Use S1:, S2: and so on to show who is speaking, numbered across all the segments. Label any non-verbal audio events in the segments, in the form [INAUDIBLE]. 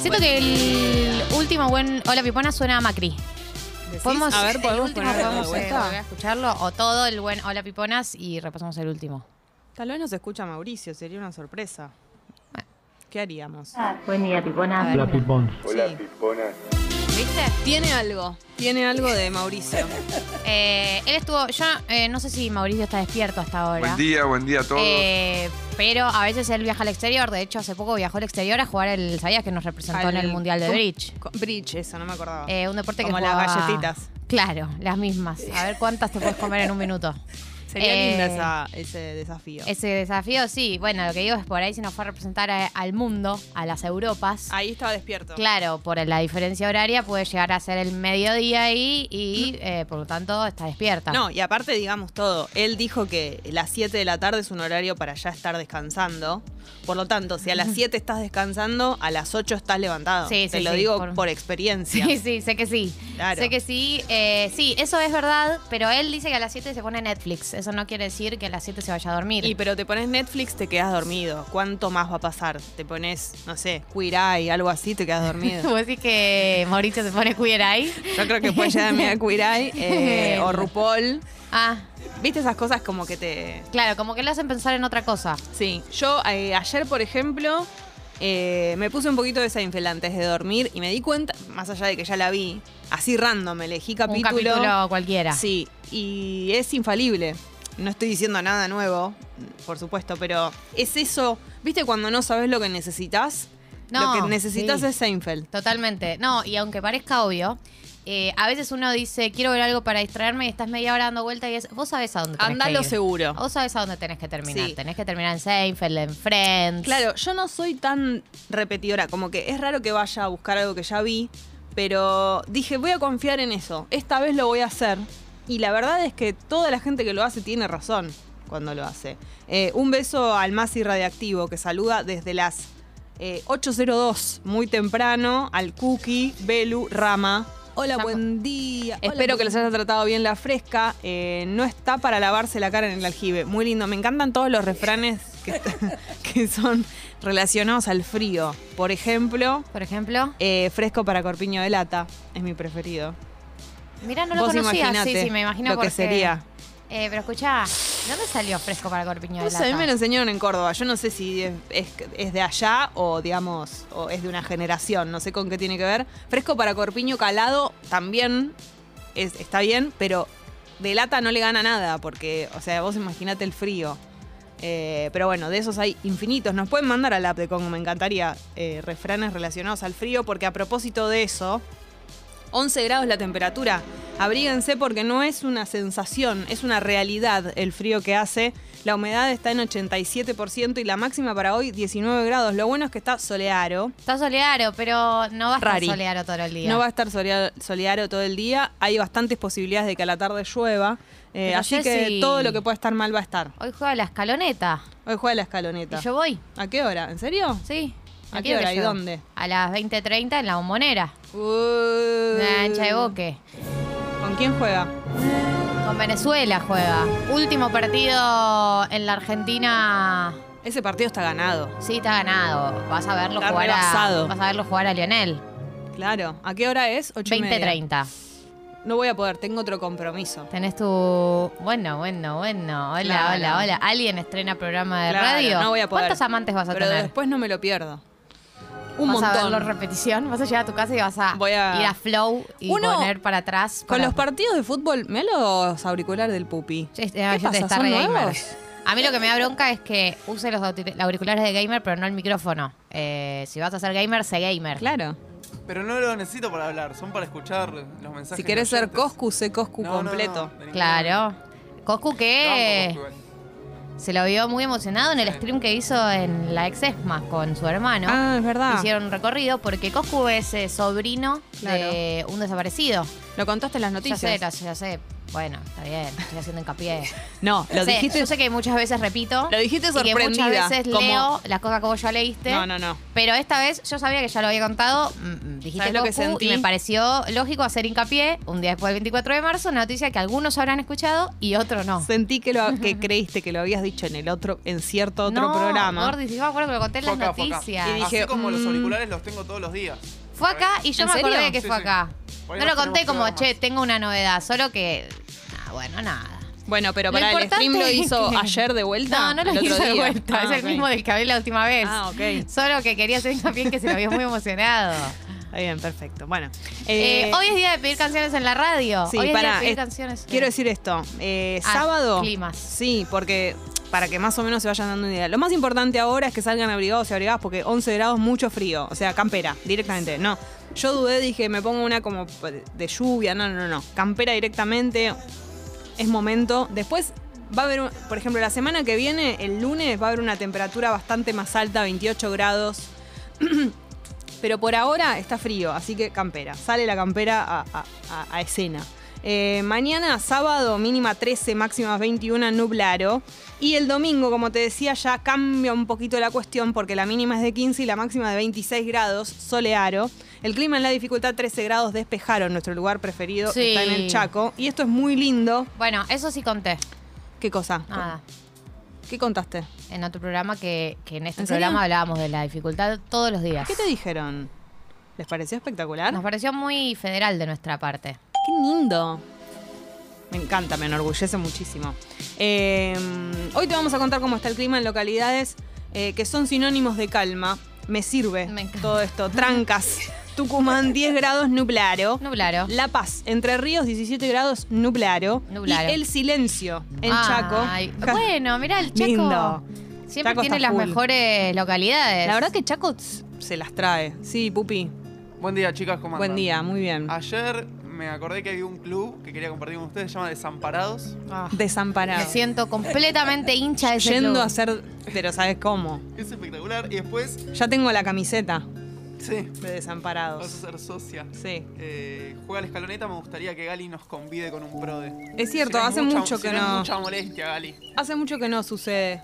S1: Siento que el último buen Hola Pipona suena a Macri.
S2: ¿Decís?
S1: Podemos,
S2: a ver,
S1: el
S2: podemos
S1: último
S2: ponerlo de
S1: podemos
S2: vuelta?
S1: volver a escucharlo o todo el buen Hola Piponas y repasamos el último.
S2: Tal vez nos escucha Mauricio, sería una sorpresa. ¿Qué haríamos?
S3: Ah,
S4: Buen día, Pipona.
S1: A ver, mira.
S2: Sí.
S1: ¿Viste?
S2: Tiene algo, tiene algo de Mauricio.
S1: Eh, él estuvo, yo eh, no sé si Mauricio está despierto hasta ahora.
S5: Buen día, buen día a todos.
S1: Eh, pero a veces él viaja al exterior. De hecho, hace poco viajó al exterior a jugar el. ¿Sabías que nos representó en el
S2: Al-
S1: Mundial de
S2: ¿cómo?
S1: Bridge?
S2: Co- Bridge, eso, no me acordaba.
S1: Eh, un deporte
S2: Como
S1: que
S2: las
S1: jugaba-
S2: galletitas.
S1: Claro, las mismas. A ver cuántas te puedes comer en un minuto.
S2: Sería
S1: eh,
S2: lindo esa- ese desafío.
S1: Ese desafío, sí. Bueno, lo que digo es por ahí se nos fue a representar a- al mundo, a las Europas.
S2: Ahí estaba despierto.
S1: Claro, por la diferencia horaria puede llegar a ser el mediodía ahí y eh, por lo tanto está despierta.
S2: Mm. No, y aparte digamos todo, él dijo que las 7 de la tarde es un horario para ya estar descansando. Por lo tanto, si a las 7 estás descansando, a las 8 estás levantado.
S1: Sí,
S2: Te
S1: sí,
S2: lo
S1: sí,
S2: digo
S1: por-
S2: por,
S1: [LAUGHS]
S2: experiencia.
S1: Sí, sí, sé que sí.
S2: Claro.
S1: Sé que sí. Eh, sí, eso es verdad, pero él dice que a las 7 se pone Netflix. Eso no quiere decir que a las 7 se vaya a dormir. [LAUGHS]
S2: Y pero te pones Netflix, te quedas dormido. ¿Cuánto más va a pasar? Te pones, no sé, Queer Eye, algo así, te quedas
S1: [LAUGHS]
S2: dormido.
S1: ¿Vos decís que Mauricio se pone queer ahí?
S2: Yo creo que puedes llegar a mirar Queer Eye eh, o RuPaul.
S1: Ah,
S2: ¿Viste esas cosas como que te,
S1: claro, como que le hacen pensar en otra cosa.
S2: Sí, yo eh, ayer, por ejemplo, eh, me puse un poquito de Seinfeld antes de dormir y me di cuenta, más allá de que ya la vi, así random, elegí capítulo.
S1: Un capítulo cualquiera.
S2: Sí, y es infalible. No estoy diciendo nada nuevo, por supuesto, pero es eso, ¿viste cuando no sabes lo que necesitas?
S1: No,
S2: lo que necesitas
S1: sí.
S2: es Seinfeld.
S1: Totalmente. No, y aunque parezca obvio, eh, a veces uno dice, quiero ver algo para distraerme y estás media hora dando vuelta y es, vos sabés a dónde tenés
S2: Andá
S1: que
S2: lo
S1: ir.
S2: seguro.
S1: Vos sabés a dónde tenés que terminar.
S2: Sí.
S1: Tenés que terminar en Seinfeld, en Friends.
S2: Claro, yo no soy tan repetidora, como que es raro que vaya a buscar algo que ya vi, pero dije, voy a confiar en eso, esta vez lo voy a hacer. Y la verdad es que toda la gente que lo hace tiene razón cuando lo hace. Eh, un beso al Masi Radiactivo que saluda desde las eh, 8.02, muy temprano, al Cookie, Belu, Rama. Hola,
S1: Ya-
S2: buen día. Espero que les haya tratado bien la fresca. Eh, no está para lavarse la cara en el aljibe. Muy lindo. Me encantan todos los refranes [LAUGHS] que, que son relacionados al frío. Por ejemplo,
S1: Por ejemplo.
S2: eh, fresco para corpiño de lata. Es mi preferido.
S1: Mirá, no lo
S2: Vos
S1: conocía. Sí,
S2: imaginate
S1: sí, me imagino
S2: lo que
S1: porque-
S2: sería.
S1: Eh, pero escuchá, ¿dónde salió fresco para corpiño de
S2: No sé, a mí
S1: lata?
S2: me lo enseñaron en Córdoba. Yo no sé si es, es- es de allá o, digamos, o es de una generación. No sé con qué tiene que ver. Fresco para corpiño calado también es- está bien, pero de lata no le gana nada porque, o sea, vos imaginate el frío. Eh, pero bueno, de esos hay infinitos. Nos pueden mandar al app de Congo, me encantaría. eh, refranes relacionados al frío, porque a propósito de eso, 11 grados la temperatura. Abríguense porque no es una sensación, es una realidad el frío que hace. La humedad está en 87% y la máxima para hoy 19 grados. Lo bueno es que está soleado.
S1: Está soleado, pero no va a estar
S2: Rari.
S1: soleado todo el día.
S2: No va a estar soleado, soleado todo el día. Hay bastantes posibilidades de que a la tarde llueva. Eh,
S1: Pero
S2: así
S1: yo
S2: que
S1: sí.
S2: todo lo que pueda estar mal va a estar.
S1: Hoy juega la escaloneta.
S2: Hoy juega la escaloneta.
S1: Y yo voy,
S2: ¿A qué hora? ¿En serio?
S1: sí.
S2: ¿A
S1: Aquí
S2: qué
S1: lo que
S2: hora y
S1: llego.
S2: dónde?
S1: A las 20.30 en la bombonera.
S2: Uh.
S1: En la ancha de boque.
S2: ¿Con quién juega?
S1: Con Venezuela juega. Último partido en la Argentina.
S2: Ese partido está ganado.
S1: Sí, está ganado. Vas a verlo
S2: Está
S1: jugar a.
S2: rebasado.
S1: Vas a verlo jugar a Lionel.
S2: Claro. ¿A qué hora es? 8 y media.
S1: 20.30.
S2: No voy a poder, tengo otro compromiso.
S1: Tenés tu. Bueno, bueno, bueno. Hola,
S2: Claro.
S1: hola, hola. ¿Alguien estrena programa de
S2: Claro,
S1: radio?
S2: No voy a poder.
S1: ¿Cuántos amantes vas a
S2: Pero
S1: tener?
S2: después no me lo pierdo. Un
S1: vas a
S2: montón.
S1: verlo en repetición. Vas a llegar a tu casa y vas a,
S2: Voy a-
S1: ir a Flow y
S2: Uno-
S1: poner para atrás.
S2: Con
S1: para-
S2: los partidos de fútbol, me los auriculares del pupi.
S1: Che, este,
S2: ¿Qué
S1: ah, ya te
S2: pasa?
S1: está
S2: ¿Son
S1: re
S2: nuevos?
S1: gamer. A mí lo que me da bronca es que use los auti- los auriculares de gamer, pero no el micrófono. Eh, si vas a ser gamer, sé gamer.
S2: Claro.
S6: Pero no lo necesito para hablar, son para escuchar los mensajes.
S2: Si querés ser
S6: oyentes.
S2: Coscu, sé Coscu
S6: No, no, no,
S2: completo.
S6: de ninguna
S1: Claro. Coscu
S6: manera.
S2: eh,
S1: que
S6: Lo amo, Coscu,
S1: se lo vio muy emocionado en el
S6: Sí.
S1: stream que hizo en la ex ESMA con su hermano.
S2: Ah, es verdad.
S1: Hicieron un recorrido porque Coscu es eh, sobrino de un desaparecido.
S2: Lo contaste en las noticias.
S1: Ya sé, ya sé, ya sé. Bueno, está bien, estoy haciendo hincapié.
S2: No, [LAUGHS] lo
S1: Sé,
S2: dijiste.
S1: yo sé que muchas veces repito.
S2: Lo dijiste
S1: y que
S2: sorprendida.
S1: muchas veces
S2: como-
S1: leo las cosas como ya leíste.
S2: No, no, no.
S1: Pero esta vez yo sabía que ya lo había contado, mm, mm, dijiste
S2: ¿Sabes lo que
S1: Goku,
S2: sentí?
S1: y me pareció lógico hacer hincapié un día después del 24 de marzo, una noticia que algunos habrán escuchado y otros no.
S2: Sentí que, lo,
S1: [LAUGHS]
S2: que creíste que lo habías dicho en el otro, en cierto otro
S1: no,
S2: programa.
S1: Gordis, yo me acuerdo que lo conté en
S6: Fue
S1: las
S6: acá, fue acá.
S1: noticias.
S2: Y dije-
S6: Así como los
S2: mm.
S6: auriculares los tengo todos los días.
S1: Fue acá y yo
S2: ¿En
S1: me acordé
S2: serio?
S1: de que
S6: Sí,
S1: fue
S6: sí.
S1: acá.
S6: Por ahí
S1: No
S6: nos
S1: lo conté
S6: tenemos que
S1: como,
S6: dar más.
S1: che, tengo una novedad, solo que. ah, bueno, nada.
S2: Bueno, pero
S1: Lo
S2: para el
S1: importante
S2: stream lo
S1: es
S2: hizo
S1: que-
S2: ayer de vuelta.
S1: No, no lo
S2: el otro
S1: hice de
S2: día.
S1: vuelta.
S2: Ah,
S1: es el
S2: ok.
S1: mismo del que hablé la última vez.
S2: Ah, ok.
S1: Solo que quería hacer hincapié que se lo había muy emocionado.
S2: Está bien, perfecto. Bueno.
S1: Eh,
S2: eh,
S1: hoy es día de pedir canciones en la radio.
S2: Sí,
S1: hoy es día
S2: pará,
S1: de pedir
S2: es-
S1: canciones.
S2: Quiero decir esto. eh,
S1: Ah,
S2: sábado.
S1: climas.
S2: Sí, porque para que más o menos se vayan dando una idea. Lo más importante ahora es que salgan abrigados y abrigadas porque 11 grados, mucho frío. O sea, campera, directamente. No. Yo dudé, dije, me pongo una como de lluvia. No, no, no. Campera directamente. Es momento. Después. Va a haber, un- por ejemplo, la semana que viene, el lunes, va a haber una temperatura bastante más alta, 28 grados. Pero por ahora está frío, así que campera. Sale la campera a, a- a- a escena. Eh, mañana, sábado, mínima 13, máxima 21, nublaro. Y el domingo, como te decía, ya cambia un poquito la cuestión porque la mínima es de 15 y la máxima de 26 grados, solearo. El clima en la dificultad 13 grados, despejaron. Nuestro lugar preferido
S1: Sí.
S2: está en el Chaco. Y esto es muy lindo.
S1: Bueno, eso sí conté.
S2: ¿Qué cosa?
S1: Nada.
S2: ¿Qué contaste?
S1: En otro programa que, que en este
S2: ¿En serio?
S1: programa hablábamos de la dificultad todos los días.
S2: ¿Qué te dijeron? ¿Les pareció espectacular?
S1: Nos pareció muy federal de nuestra parte.
S2: Qué lindo. Me encanta, me enorgullece muchísimo. Eh, hoy te vamos a contar cómo está el clima en localidades eh, que son sinónimos de calma. Me sirve
S1: Me encanta.
S2: todo esto.
S1: [LAUGHS]
S2: Trancas, Tucumán, 10 grados nublaro.
S1: No, claro.
S2: La Paz, Entre Ríos, 17 grados nublaro.
S1: Nublaro.
S2: Y El Silencio, en Chaco.
S1: Ay,
S2: Ja-
S1: Bueno, mirá, el Chaco.
S2: Lindo.
S1: Siempre
S2: Chaco
S1: tiene
S2: está
S1: las
S2: full.
S1: mejores localidades.
S2: La verdad que Chaco tss, se las trae. Sí, Pupi.
S6: Buen día, chicas, ¿cómo andan?
S2: Buen día, muy bien.
S1: Ah.
S6: Ayer me acordé que había un club que quería compartir con ustedes, se llama Desamparados.
S1: Ah, me
S2: Desamparado.
S1: siento completamente hincha de ese
S2: Yendo
S1: club.
S2: a hacer, pero ¿sabes cómo?
S6: Es espectacular. Y después,
S2: Ya tengo la camiseta
S6: sí,
S2: de Desamparados.
S6: vas a ser socia.
S2: Sí.
S6: Eh, juega la escaloneta, me gustaría que Gali nos convide con un prode.
S2: Es cierto,
S6: Si no es
S2: hace
S6: mucha-
S2: mucho
S6: si
S2: que
S6: es
S2: no.
S6: mucha molestia, Gali.
S2: Hace mucho que no sucede.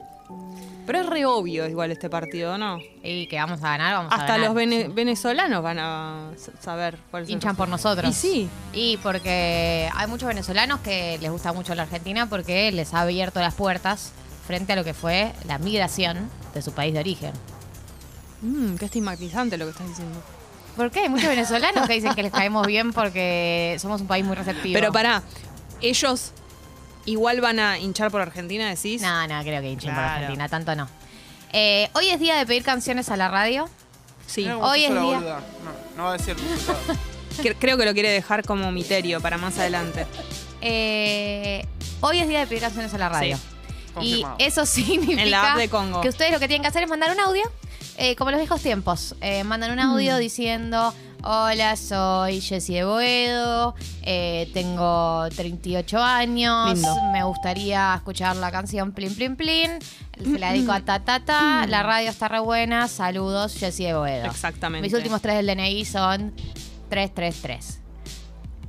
S2: Pero es re obvio igual este partido, ¿no?
S1: Y que vamos a ganar, vamos a
S2: Hasta
S1: ganar.
S2: los vene- venezolanos van a s- saber cuál es el
S1: hinchan por
S2: resultado.
S1: nosotros.
S2: Y sí,
S1: Y porque hay muchos venezolanos que les gusta mucho la Argentina porque les ha abierto las puertas frente a lo que fue la migración de su país de origen.
S2: Mm, qué estigmatizante lo que estás diciendo.
S1: ¿Por qué? Hay muchos venezolanos que dicen que les caemos bien porque somos un país muy receptivo.
S2: Pero pará, ellos igual van a hinchar por Argentina, decís.
S1: No, no, creo que hinchen por
S2: Claro.
S1: Argentina, tanto no. Eh, hoy es día de pedir canciones a la radio.
S2: Sí,
S6: Mira cómo
S1: Hoy
S6: se hizo
S1: es
S6: la
S1: día.
S6: boluda. No, no va a
S2: [LAUGHS]
S6: decir el resultado.
S2: cre- creo que lo quiere dejar como misterio para más adelante.
S1: Eh, hoy es día de pedir canciones a la radio.
S2: Sí.
S1: Y
S6: Confirmado.
S1: eso [LAUGHS] significa
S2: En la app de Congo.
S1: que ustedes lo que tienen que hacer es mandar un audio, eh, como los viejos tiempos. Eh, mandan un
S2: Mm.
S1: audio diciendo, hola, soy Jessie de Boedo, eh, tengo 38 años,
S2: Lindo.
S1: me gustaría escuchar la canción Plin Plin Plin, se la dedico a ta ta
S2: Mm.
S1: ta, la radio está re buena, saludos Jessie de Boedo.
S2: Exactamente.
S1: Mis últimos tres del DNI son 333.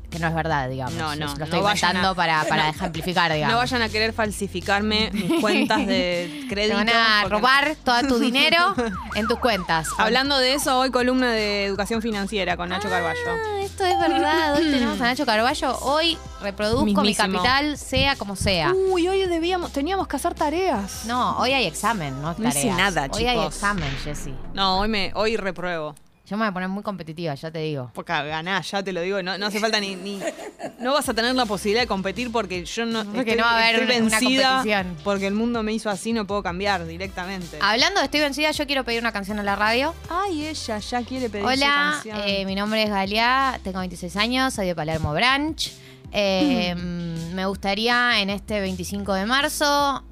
S1: Que no es verdad, digamos.
S2: No, no,
S1: Lo estoy
S2: no vayan
S1: inventando
S2: a- [LAUGHS]
S1: para, para ejemplificar, digamos.
S2: No vayan a querer falsificarme mis cuentas de
S1: [LAUGHS] Te
S2: crédito.
S1: van a
S2: porque-
S1: robar todo tu dinero
S2: [LAUGHS]
S1: en tus cuentas.
S2: Hablando de eso, hoy columna de educación financiera con Nacho Carballo.
S1: Ah, esto es verdad. Hoy tenemos a Nacho Carballo. Hoy reproduzco mi
S2: Mismísimo. Uh.
S1: capital, sea como sea.
S2: Uy, hoy debíamos, teníamos que hacer tareas. No,
S1: No, hoy hay examen, no es
S2: No hice
S1: tareas.
S2: nada,
S1: Hoy hay
S2: chicos.
S1: examen, Jessy.
S2: hoy me, hoy repruebo.
S1: Yo me voy a poner muy competitiva, ya te digo.
S2: Porque ganás, ya te lo digo, no, no hace falta ni, ni- No vas a tener la posibilidad de competir porque yo no.
S1: Porque no va a haber
S2: estoy
S1: una- una
S2: vencida
S1: competición. Ah,
S2: Porque el mundo me hizo así, no puedo cambiar directamente.
S1: Hablando de estoy vencida, yo quiero pedir una canción a la radio.
S2: Ay, ella ya quiere pedir
S1: Hola,
S2: su canción.
S1: eh, mi nombre es Galia, tengo 26 años, soy de Palermo Branch. Eh, mm, Me gustaría en este 25 de marzo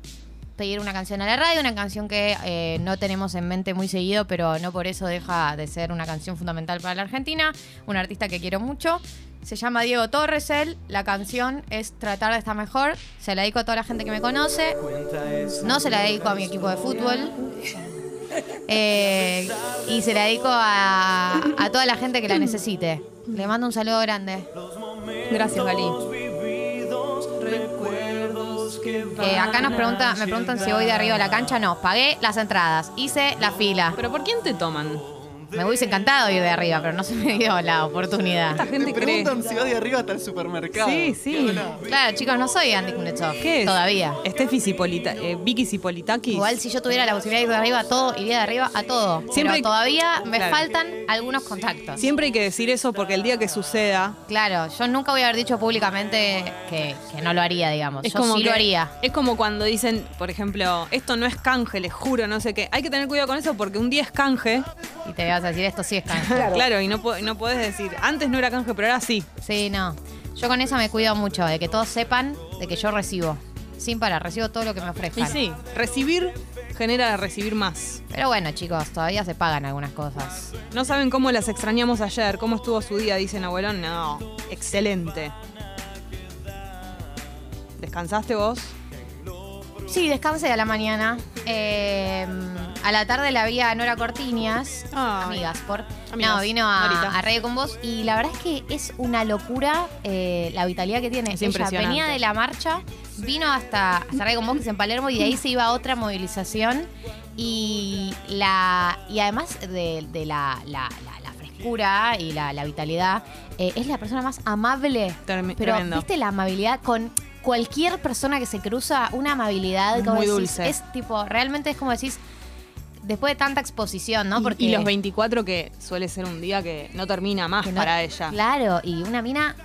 S1: pedir una canción a la radio, una canción que eh, no tenemos en mente muy seguido, pero no por eso deja de ser una canción fundamental para la Argentina, un artista que quiero mucho. Se llama Diego Torres, él. La canción es Tratar de estar mejor. Se la dedico a toda la gente que me conoce. No se la dedico a mi equipo de fútbol. Eh, y se la dedico a, a toda la gente que la necesite. Le mando un saludo grande.
S2: Gracias, Galí.
S1: Eh, acá nos pregunta, me preguntan si voy de arriba a la cancha. No, pagué las entradas, hice la fila.
S2: ¿Pero por quién te toman?
S1: Me hubiese encantado ir de arriba, pero no se me dio la
S2: Esta
S1: oportunidad.
S2: gente
S6: Te
S2: cree.
S6: preguntan si vas de arriba hasta el supermercado.
S2: Sí, sí.
S6: Qué hola.
S1: Claro, chicos, no soy Andy Kunetsov
S2: ¿Qué es?
S1: todavía.
S2: Steffi Cipolita, eh, Vicky Cipolitakis.
S1: Igual si yo tuviera la posibilidad de ir de arriba a todo, iría de arriba a todo.
S2: Siempre-
S1: Siempre pero todavía me
S2: Claro.
S1: faltan algunos contactos.
S2: Siempre hay que decir eso porque el día que suceda.
S1: Claro, yo nunca voy a haber dicho públicamente que, que no lo haría, digamos.
S2: Es
S1: yo
S2: como
S1: sí lo
S2: que-
S1: haría.
S2: Es como cuando dicen, por ejemplo, esto no es canje, les juro, no sé qué. Hay que tener cuidado con eso porque un día es canje.
S1: Y te vas a decir, esto sí es canje.
S2: Claro, y no, po- no podés decir, antes no era canje, pero ahora sí.
S1: Sí, no. Yo con esa me cuido mucho, de que todos sepan de que yo recibo. Sin parar, recibo todo lo que me
S2: Y
S1: ofrezcan.
S2: sí, recibir genera recibir más.
S1: Pero bueno, chicos, todavía se pagan algunas cosas.
S2: No saben cómo las extrañamos ayer, cómo estuvo su día, dicen abuelón. No, excelente. ¿Descansaste vos?
S1: Sí, descansé a la mañana. Eh, a la tarde la vi a Nora Cortiñas.
S2: Ay.
S1: Amigas, por.
S2: Amigas,
S1: No, vino a,
S2: Norita.
S1: a Radio con vos. Y la verdad es que es una locura eh, la vitalidad que tiene.
S2: Es
S1: Ella
S2: impresionante.
S1: venía de la marcha, vino hasta, hasta Radio con vos, que es en Palermo, y de ahí se iba a otra movilización. Y la y además de, de la, la- la- la frescura y la, la vitalidad, eh, es la persona más amable.
S2: Termi-
S1: Pero,
S2: tremendo.
S1: ¿viste la amabilidad con cualquier persona que se cruza? Una amabilidad
S2: Es
S1: como
S2: muy
S1: decís,
S2: dulce.
S1: Es tipo, realmente es como decís, después de tanta exposición, ¿no?
S2: Y-
S1: Porque
S2: y, los 24 que suele ser un día que no termina más
S1: que no-
S2: para ella.
S1: Claro, y una mina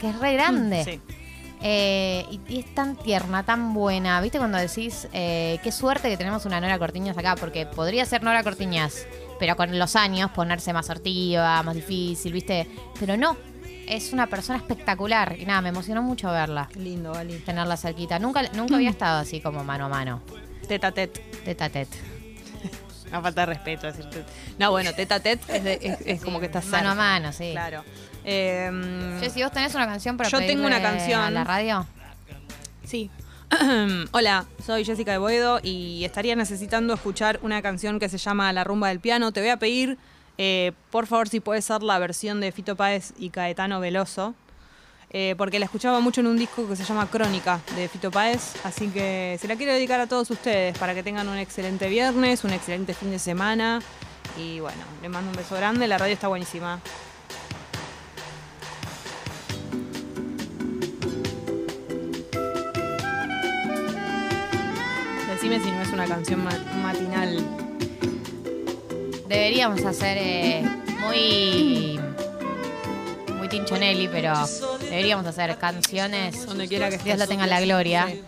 S1: que es re grande.
S2: Mm, Sí.
S1: Eh, y, y es tan tierna, tan buena. ¿Viste cuando decís, eh, qué suerte que tenemos una Nora Cortiñas acá? Porque podría ser Nora Cortiñas, pero con los años ponerse más sortiva, más difícil, ¿viste? Pero no, es una persona espectacular. Y nada, me emocionó mucho verla.
S2: Qué lindo, Vali.
S1: tenerla cerquita. Nunca, nunca [CLEARS THROAT] había estado así como mano a mano,
S2: Teta tet.
S1: tete a tete.
S2: No falta de respeto decir tet. No, bueno, teta tet es, de- es- es como que estás
S1: Mano a
S2: cerca.
S1: mano, sí.
S2: Claro. Eh,
S1: Jessy, ¿vos tenés una canción para
S2: Yo tengo
S1: pedirle
S2: una canción.
S1: a la radio?
S2: Sí. [CLEARS THROAT] Hola, soy Jessica de Boedo y estaría necesitando escuchar una canción que se llama La rumba del piano. Te voy a pedir, eh, por favor, si puede ser la versión de Fito Páez y Caetano Veloso, eh, porque la escuchaba mucho en un disco que se llama Crónica de Fito Páez, así que se la quiero dedicar a todos ustedes para que tengan un excelente viernes, un excelente fin de semana y bueno, les mando un beso grande, la radio está buenísima. Decime si no es una canción ma- matinal.
S1: Deberíamos hacer eh, muy. Muy Tinchonelli, pero deberíamos hacer canciones.
S2: Donde quiera que estés.
S1: Dios lo tenga en la gloria.
S2: Sí.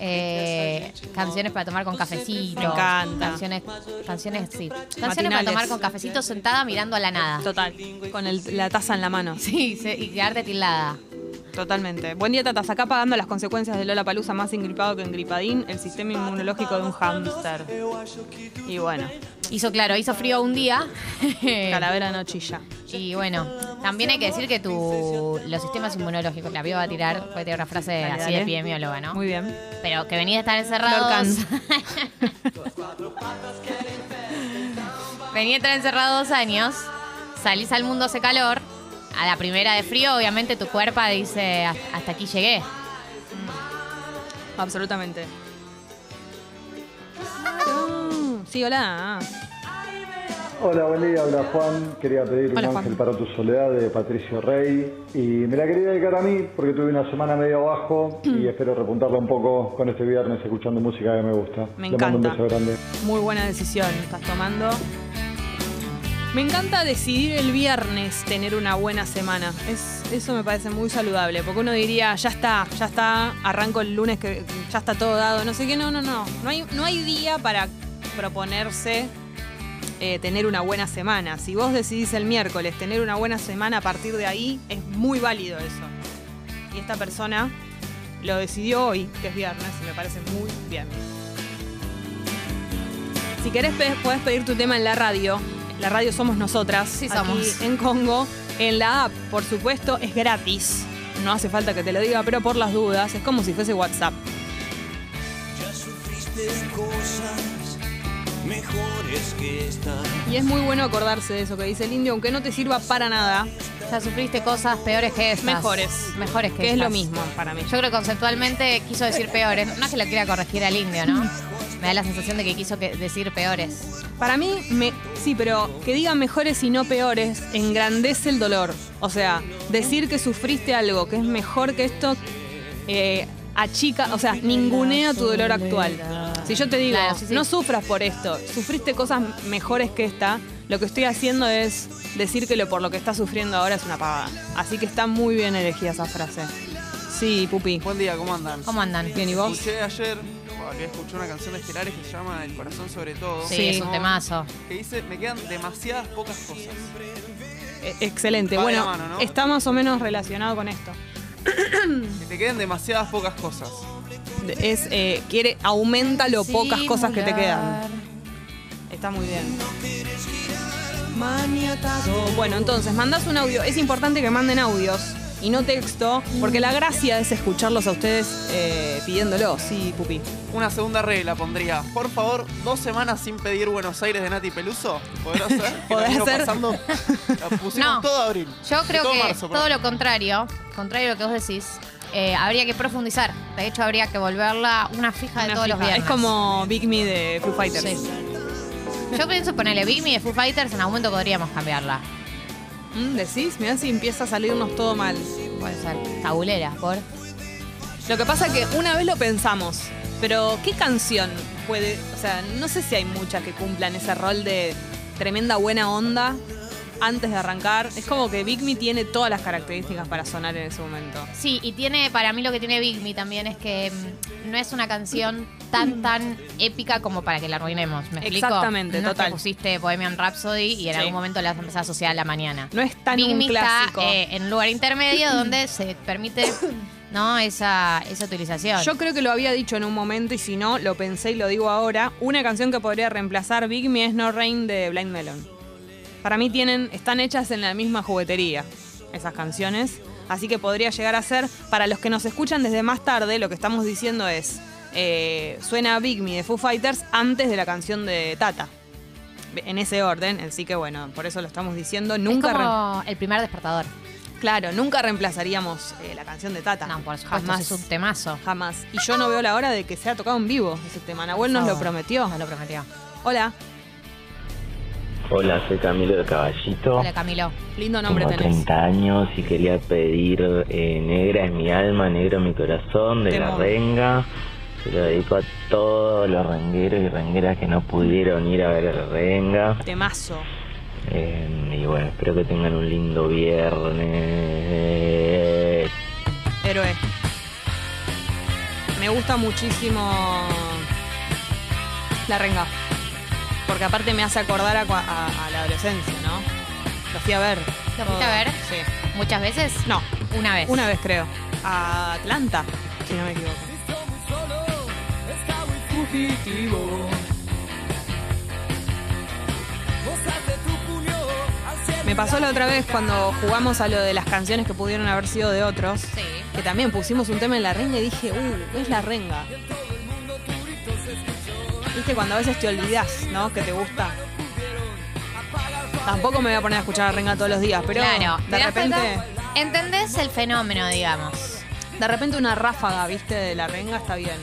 S1: Eh, canciones para tomar con cafecito.
S2: Me encanta.
S1: Canciones, canciones, sí. Canciones para
S2: Matinales.
S1: tomar con cafecito sentada mirando a la nada.
S2: Total, con el- la taza en la mano.
S1: Sí, sí, y quedarte tildada.
S2: Totalmente. Buen día, Tatas. Acá pagando las consecuencias de Lola Palusa más engripado que engripadín, el sistema inmunológico de un hámster. Y bueno,
S1: Hizo, claro, hizo frío un día. Eh,
S2: calavera no chilla.
S1: Y bueno, también hay que decir que tu, los sistemas inmunológicos, la piba va a tirar, puede tirar una frase
S2: Dale,
S1: así
S2: dale.
S1: de epidemióloga, ¿no?
S2: Muy bien.
S1: Pero que venís de estar encerrados. [LAUGHS] venís de estar encerrado dos años, salís al mundo hace calor, a la primera de frío, obviamente tu cuerpo dice, "Hasta- hasta aquí llegué.
S2: Absolutamente. Sí, hola.
S4: Hola, buen día, habla Juan. Quería pedir
S2: Hola,
S4: un
S2: Juan.
S4: ángel para tu soledad de Patricio Rey. Y me la quería dedicar a mí porque tuve una semana medio abajo
S2: [CLEARS THROAT]
S4: y espero repuntarla un poco con este viernes escuchando música que me gusta.
S2: Me
S4: Le mando un
S2: encanta.
S4: beso grande.
S2: Muy buena decisión estás tomando. Me encanta decidir el viernes tener una buena semana. Es, eso me parece muy saludable, porque uno diría, ya está, ya está, arranco el lunes, que que ya está todo dado, no sé qué, no, no, no. No hay, no hay día para proponerse eh, tener una buena semana. Si vos decidís el miércoles tener una buena semana a partir de ahí, es muy válido eso. Y esta persona lo decidió hoy, que es viernes, y me parece muy bien. Si querés, pe- podés pedir tu tema en la radio. La radio somos nosotras.
S1: Sí,
S2: aquí
S1: somos.
S2: En Congo. En la app, por supuesto, es gratis. No hace falta que te lo diga, pero por las dudas, es como si fuese WhatsApp.
S5: mejores que están.
S2: Y es muy bueno acordarse de eso que dice el indio, aunque no te sirva para nada,
S1: Ya sufriste cosas peores que estas.
S2: Mejores.
S1: Mejores que
S2: que es lo
S1: estas.
S2: mismo para mí.
S1: Yo creo que conceptualmente quiso decir peores. No es que lo quiera corregir al indio, ¿no?
S2: [LAUGHS]
S1: Me da la sensación de que quiso que- decir peores.
S2: Para mí, me, sí, pero que digan mejores y no peores engrandece el dolor. O sea, decir que sufriste algo que es mejor que esto eh, achica, o sea, ningunea tu dolor actual. Si yo te digo,
S1: Claro, sí, sí.
S2: no sufras por esto, sufriste cosas mejores que esta, lo que estoy haciendo es decir que lo, por lo que estás sufriendo ahora es una pavada. Así que está muy bien elegida esa frase. Sí, Pupi.
S6: Buen día, ¿cómo andan?
S1: ¿Cómo andan?
S2: Bien, ¿y vos?
S6: Escuché ayer, había escuchado una canción de Estelares que se llama El corazón sobre todo. Ah,
S1: Sí,
S2: Sí.
S1: es un temazo.
S6: Que dice, me quedan demasiadas pocas cosas.
S2: Eh, Excelente.
S6: Va de
S2: Bueno,
S6: la mano, ¿no?
S2: está más o menos relacionado con esto.
S6: Que te quedan demasiadas pocas cosas.
S2: es eh, quiere aumenta lo pocas cosas que te quedan. Está muy bien. Bueno, entonces mandás un audio. Es importante que manden audios y no texto, porque la gracia es escucharlos a ustedes eh, pidiéndolo. Sí, pupi.
S6: Una segunda regla pondría, por favor, dos semanas sin pedir Buenos Aires de Nati Peluso.
S1: [LAUGHS]
S6: ¿Podrá ser? Que
S2: Podrá
S6: lo vino
S2: ser.
S6: pasando. La pusimos
S1: No.
S6: todo abril.
S1: Yo creo
S6: todo
S1: que
S6: marzo,
S1: todo
S6: perdón.
S1: lo contrario, contrario a lo que vos decís, eh, habría que profundizar. De hecho, habría que volverla una fija de
S2: Una
S1: todos los
S2: fija.
S1: viernes.
S2: Es como Big Me de Foo Fighters.
S1: Sí. Yo pienso ponerle Bigmy de Foo Fighters, en algún momento podríamos cambiarla.
S2: Mm, ¿Decís? Mirá si empieza a salirnos todo mal.
S1: Puede ser cabulera, por.
S2: Lo que pasa que una vez lo pensamos, pero ¿qué canción puede.? O sea, no sé si hay muchas que cumplan ese rol de tremenda buena onda antes de arrancar. Es como que Big Me tiene todas las características para sonar en ese momento.
S1: Sí, y tiene, para mí lo que tiene Big Me también es que mm, no es una canción tan, tan épica como para que la arruinemos. ¿Me explico?
S2: Exactamente,
S1: No es que
S2: total.
S1: pusiste Bohemian Rhapsody y en
S2: Sí.
S1: algún momento la vas a empezar a asociar a la mañana.
S2: Ah, No es tan
S1: Big
S2: un
S1: Me
S2: clásico.
S1: está eh, en un lugar
S2: [CLEARS THROAT]
S1: intermedio donde se permite no esa, esa utilización.
S2: Yo creo que lo había dicho en un momento y si no, lo pensé y lo digo ahora. Una canción que podría reemplazar Big Me es No Rain de Blind Melon. Para mí tienen, están hechas en la misma juguetería esas canciones. Así que podría llegar a ser, para los que nos escuchan desde más tarde, lo que estamos diciendo es, eh, suena Big Me de Foo Fighters antes de la canción de Tata. En ese orden, así que bueno, por eso lo estamos diciendo. Nunca
S1: es como el primer despertador.
S2: re- Claro, nunca reemplazaríamos eh, la canción de Tata.
S1: No, por supuesto,
S2: Jamás.
S1: es un temazo.
S2: Jamás. Y yo no veo la hora de que sea tocado en vivo ese tema. Nahuel nos Ah, lo
S1: No,
S2: prometió.
S1: Nos lo prometió.
S2: Hola.
S7: Hola, soy Camilo de Caballito.
S1: Hola, Camilo.
S2: Lindo nombre
S7: Tengo
S2: tenés.
S7: 30 años y quería pedir eh, Negra es mi alma, negro mi corazón, de la
S2: Temón.
S7: renga. Se lo dedico a todos los rengueros y rengueras que no pudieron ir a ver la renga.
S2: Temazo.
S7: Eh, y bueno, espero que tengan un lindo viernes.
S2: Héroe. Me gusta muchísimo La Renga. Porque aparte me hace acordar a, cua- a- a la adolescencia, ¿no? Lo fui a ver.
S1: ¿Lo fuiste a ver?
S2: Sí.
S1: ¿Muchas veces?
S2: No,
S1: Una vez.
S2: una vez creo. A Atlanta, si no me equivoco. Me pasó la otra vez cuando jugamos a lo de las canciones que pudieron haber sido de otros.
S1: Sí.
S2: Que también pusimos un tema en la renga y dije, uh, es la renga. Viste cuando a veces te olvidas, ¿no? Que te gusta. Tampoco me voy a poner a escuchar la renga todos los días, pero
S1: claro, ¿te
S2: de
S1: das
S2: repente,
S1: cuenta? entendés el fenómeno, digamos.
S2: de repente una ráfaga, viste, de la renga está bien.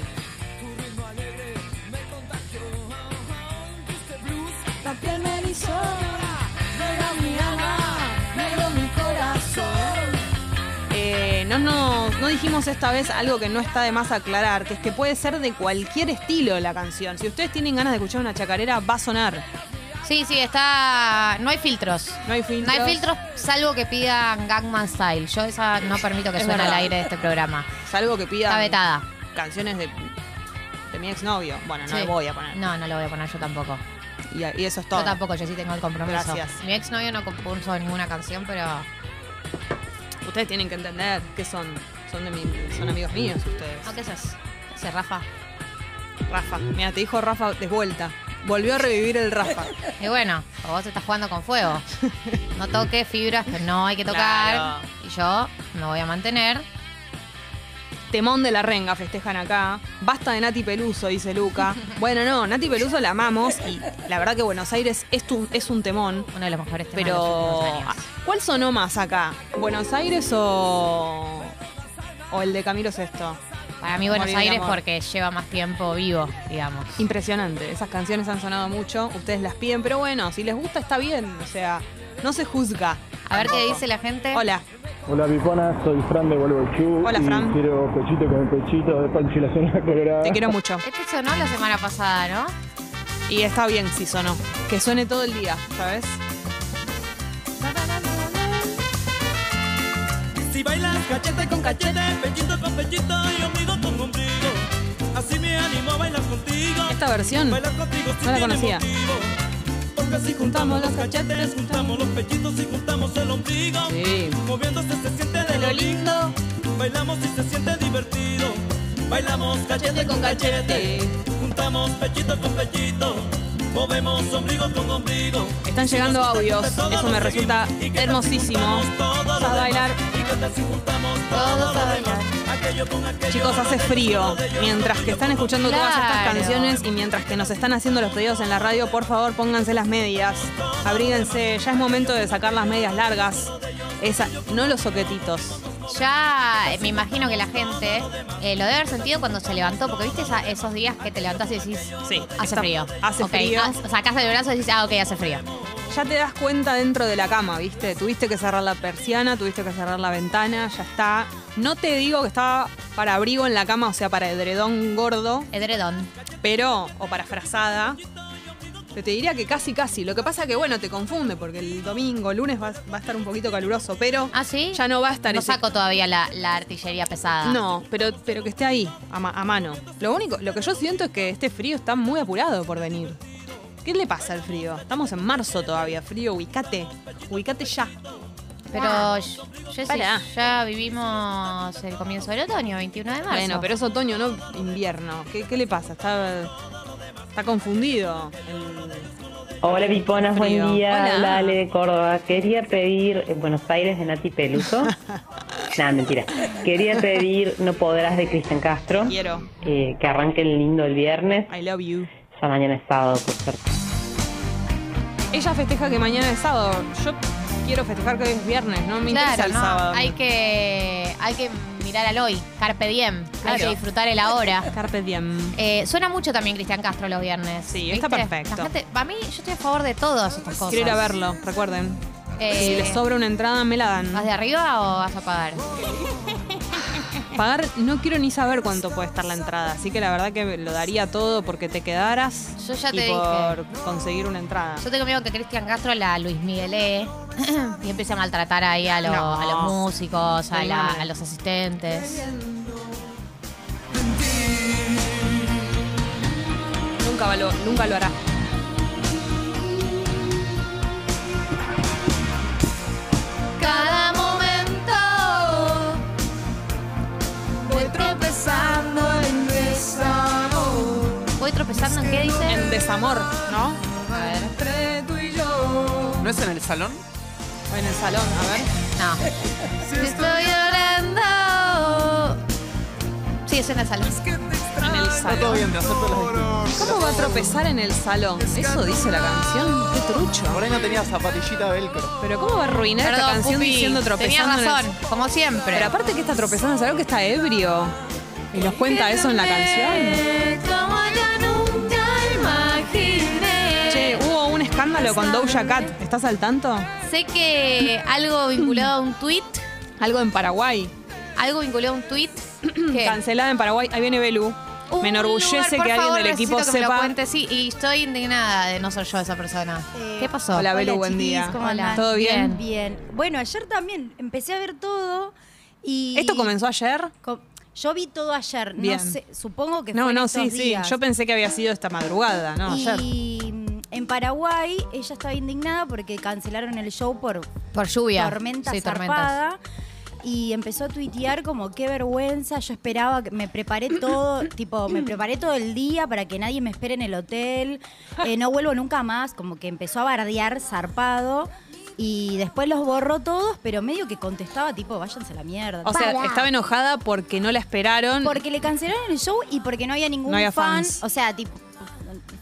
S2: Eh, no, no, no dijimos esta vez algo que no está de más aclarar, que es que puede ser de cualquier estilo la canción. Si ustedes tienen ganas de escuchar una chacarera, va a sonar.
S1: Sí, sí, está. No hay filtros.
S2: No hay
S1: No
S2: filtros.
S1: hay filtros, salvo que pidan Gangman Style. Yo esa no permito que
S2: Es
S1: suene al
S2: verdad.
S1: aire de este programa.
S2: Salvo que pidan
S1: Está vetada.
S2: canciones de, de mi exnovio. Bueno,
S1: Sí.
S2: no lo voy a poner.
S1: No, no lo voy a poner yo tampoco.
S2: Y, y eso es todo.
S1: Yo tampoco, yo sí tengo el compromiso.
S2: Gracias.
S1: Mi exnovio no compuso ninguna canción, pero.
S2: Ustedes tienen que entender que son, son, de mi- son amigos míos ustedes.
S1: No, ¿qué haces? ¿Qué haces, Rafa?
S2: Rafa. Mira, te dijo Rafa de vuelta. Volvió a revivir el
S1: [LAUGHS]
S2: Rafa.
S1: Y bueno, vos estás jugando con fuego. No toques fibras que no hay que tocar.
S2: Claro.
S1: Y yo me voy a mantener.
S2: temón de la renga festejan acá. Basta de Nati Peluso, dice Luca. Bueno, no, Nati Peluso la amamos y la verdad que Buenos Aires es, tu- es un temón.
S1: Uno de los mejores temas de los
S2: Pero, ah,
S1: últimos años.
S2: ¿cuál sonó más acá? ¿Buenos Aires o, o el de Camilo Sesto?
S1: Para mí Buenos
S2: Morir de
S1: Aires
S2: amor.
S1: porque lleva más tiempo vivo, digamos.
S2: Impresionante, esas canciones han sonado mucho, ustedes las piden, pero bueno, si les gusta está bien, o sea, no se juzga.
S1: A ver qué dice la gente.
S2: Hola,
S8: Hola Pipona, soy Fran de Volvo
S2: Hola, Fran.
S8: Y quiero pechito con pechito de Panchi la zona [LAUGHS] colorada.
S2: te quiero mucho.
S1: Este sonó la semana pasada, ¿no?
S2: Y está bien si sonó, que suene todo el día, ¿sabes?
S5: Si bailas cachete con cachete, pechito con pechito y ombligo con ombligo. Así me animo a bailar contigo.
S2: Esta versión
S5: Bailar contigo si
S2: no la
S5: tiene
S2: conocía.
S5: motivo. Porque si juntamos los cachetes, juntamos los pechitos y juntamos el ombligo.
S2: Sí.
S5: Moviéndose se siente de lo lindo. Bailamos y se siente divertido. Bailamos cachete con cachete. Juntamos pechito con pechito. Movemos ombligo con ombligo.
S2: Están llegando audios, eso me resulta hermosísimo. Vamos a bailar.
S1: Todos a bailar.
S2: Chicos, hace frío. Mientras que están escuchando todas estas
S1: Claro.
S2: canciones y mientras que nos están haciendo los pedidos en la radio, por favor pónganse las medias. Abríguense, ya es momento de sacar las medias largas. Esa, no los soquetitos.
S1: Ya eh, me imagino que la gente eh, lo debe haber sentido cuando se levantó, porque viste esa- esos días que te levantás y decís,
S2: Sí,
S1: hace
S2: está-
S1: frío.
S2: hace
S1: Ok,
S2: frío.
S1: ah, sacás el brazo y decís, ah, ok, hace frío.
S2: Ya te das cuenta dentro de la cama, ¿viste? Tuviste que cerrar la persiana, tuviste que cerrar la ventana, ya está. No te digo que estaba para abrigo en la cama, o sea, para edredón gordo,
S1: Edredón.
S2: pero, o para frazada. Pero te diría que casi, casi. Lo que pasa que, bueno, te confunde, porque el domingo, lunes va, va a estar un poquito caluroso, pero
S1: ¿Ah, sí?
S2: ya no va a estar
S1: No
S2: ese-
S1: saco todavía la, la artillería pesada.
S2: No, pero, pero que esté ahí, a, ma- a mano. Lo único, lo que yo siento es que este frío está muy apurado por venir. ¿Qué le pasa al frío? Estamos en marzo todavía, frío, ubicate. Ubicate ya.
S1: Pero yo sé,
S2: Ah. Pará.
S1: ya vivimos el comienzo del otoño, 21 de marzo.
S2: Bueno, pero es otoño, no invierno. ¿Qué, qué le pasa? Está, está confundido. El-
S9: Hola Piponas,
S2: Frío.
S9: buen día.
S2: Hola.
S9: Hola Ale de Córdoba. Quería pedir eh, Buenos Aires de Nati Peluso.
S2: [LAUGHS]
S9: Nada, mentira. Quería pedir No Podrás de Cristian Castro.
S2: Quiero.
S9: Eh, que arranquen lindo el viernes.
S2: I love you.
S9: Ya mañana es sábado, por suerte.
S2: Ella festeja que mañana es sábado. Yo quiero festejar que hoy es viernes, no me interesa
S1: claro,
S2: el
S1: no,
S2: sábado.
S1: hay que hay que mirar al hoy, carpe diem, hay que
S2: Claro.
S1: disfrutar el ahora.
S2: Carpe diem.
S1: Eh, suena mucho también Cristian Castro los viernes.
S2: Sí, está perfecto.
S1: para mí, yo estoy a favor de todas estas cosas.
S2: Quiero ir a verlo, recuerden.
S1: Eh,
S2: si les sobra una entrada, me la dan.
S1: ¿Vas de arriba o vas a pagar?
S2: Pagar, no quiero ni saber cuánto puede estar la entrada, así que la verdad que lo daría todo porque te quedaras
S1: Yo ya
S2: y
S1: te
S2: por conseguir una entrada.
S1: Yo tengo miedo que Cristian Castro la Luis [COUGHS] Miguelé y empiece a maltratar ahí a, lo-
S2: No.
S1: a los músicos, a,
S2: De
S1: la-
S2: nada.
S1: a los asistentes.
S2: Nunca, va- lo, nunca lo hará.
S1: Cada momento voy tropezando en desamor. ¿Voy tropezando en qué
S2: En
S1: dice?
S2: desamor, ¿no?
S1: A ver.
S2: Entre tú y yo.
S6: ¿No es en el salón?
S2: O en el salón, a ver.
S1: No. [LAUGHS] Si estoy llorando. Sí, es en el salón. Ah,
S2: En el
S6: Está todo
S2: salón.
S6: bien, te acepto las
S2: ¿Cómo va a tropezar en el salón? Eso dice la canción. Qué trucho.
S6: Por ahí no tenía zapatillita velcro.
S2: Pero ¿cómo va a arruinar esta
S1: Perdón,
S2: canción
S1: Pupi,
S2: diciendo
S1: Tenías
S2: tropezando? en el
S1: razón, como siempre.
S2: Pero aparte que está tropezando en el salón, que está ebrio. Y nos cuenta eso en la canción.
S1: Como yo nunca imaginé.
S2: Che, hubo un escándalo con Doja Cat. ¿Estás al tanto?
S1: Sé que algo vinculado a un tweet,
S2: Algo en Paraguay.
S1: algo vinculado a un
S2: [CLEARS THROAT]
S1: tweet que
S2: Cancelada en Paraguay. Ahí viene Belú.
S1: Un
S2: Me enorgullece
S1: lugar, por
S2: que alguien
S1: favor,
S2: del equipo
S1: necesito que me lo
S2: sepa.
S1: cuente, sí, y estoy indignada de no ser yo esa persona.
S10: Eh,
S1: ¿Qué pasó?
S2: Eh, Hola, Belu,
S10: Hola,
S2: buen
S10: chiquis,
S2: día.
S10: ¿cómo
S1: Hola.
S10: andan?
S2: ¿Todo bien?
S10: Bien. Bueno, ayer también empecé a ver todo y...
S2: ¿Esto comenzó ayer?
S10: co- Yo vi todo ayer.
S2: Bien.
S10: No sé, supongo que
S2: No,
S10: fue en
S2: no,
S10: estos
S2: sí, sí.
S10: días.
S2: Yo pensé que había sido esta madrugada, ¿no? Ayer.
S10: Y mm, en Paraguay ella estaba indignada porque cancelaron el show por
S1: Por lluvia.
S10: tormenta
S1: sí, tormentas.
S10: zarpada. Y empezó a tuitear como qué vergüenza, yo esperaba, que me preparé
S2: [COUGHS]
S10: todo, tipo, me preparé todo el día para que nadie me espere en el hotel, eh, no vuelvo nunca más, como que empezó a bardear zarpado. Y después los borró todos, pero medio que contestaba tipo, váyanse a la mierda.
S2: O sea,
S10: Pará.
S2: estaba enojada porque no la esperaron.
S10: Porque le cancelaron el show y porque no había ningún
S2: No había
S10: fan.
S2: fans.
S10: O sea, tipo,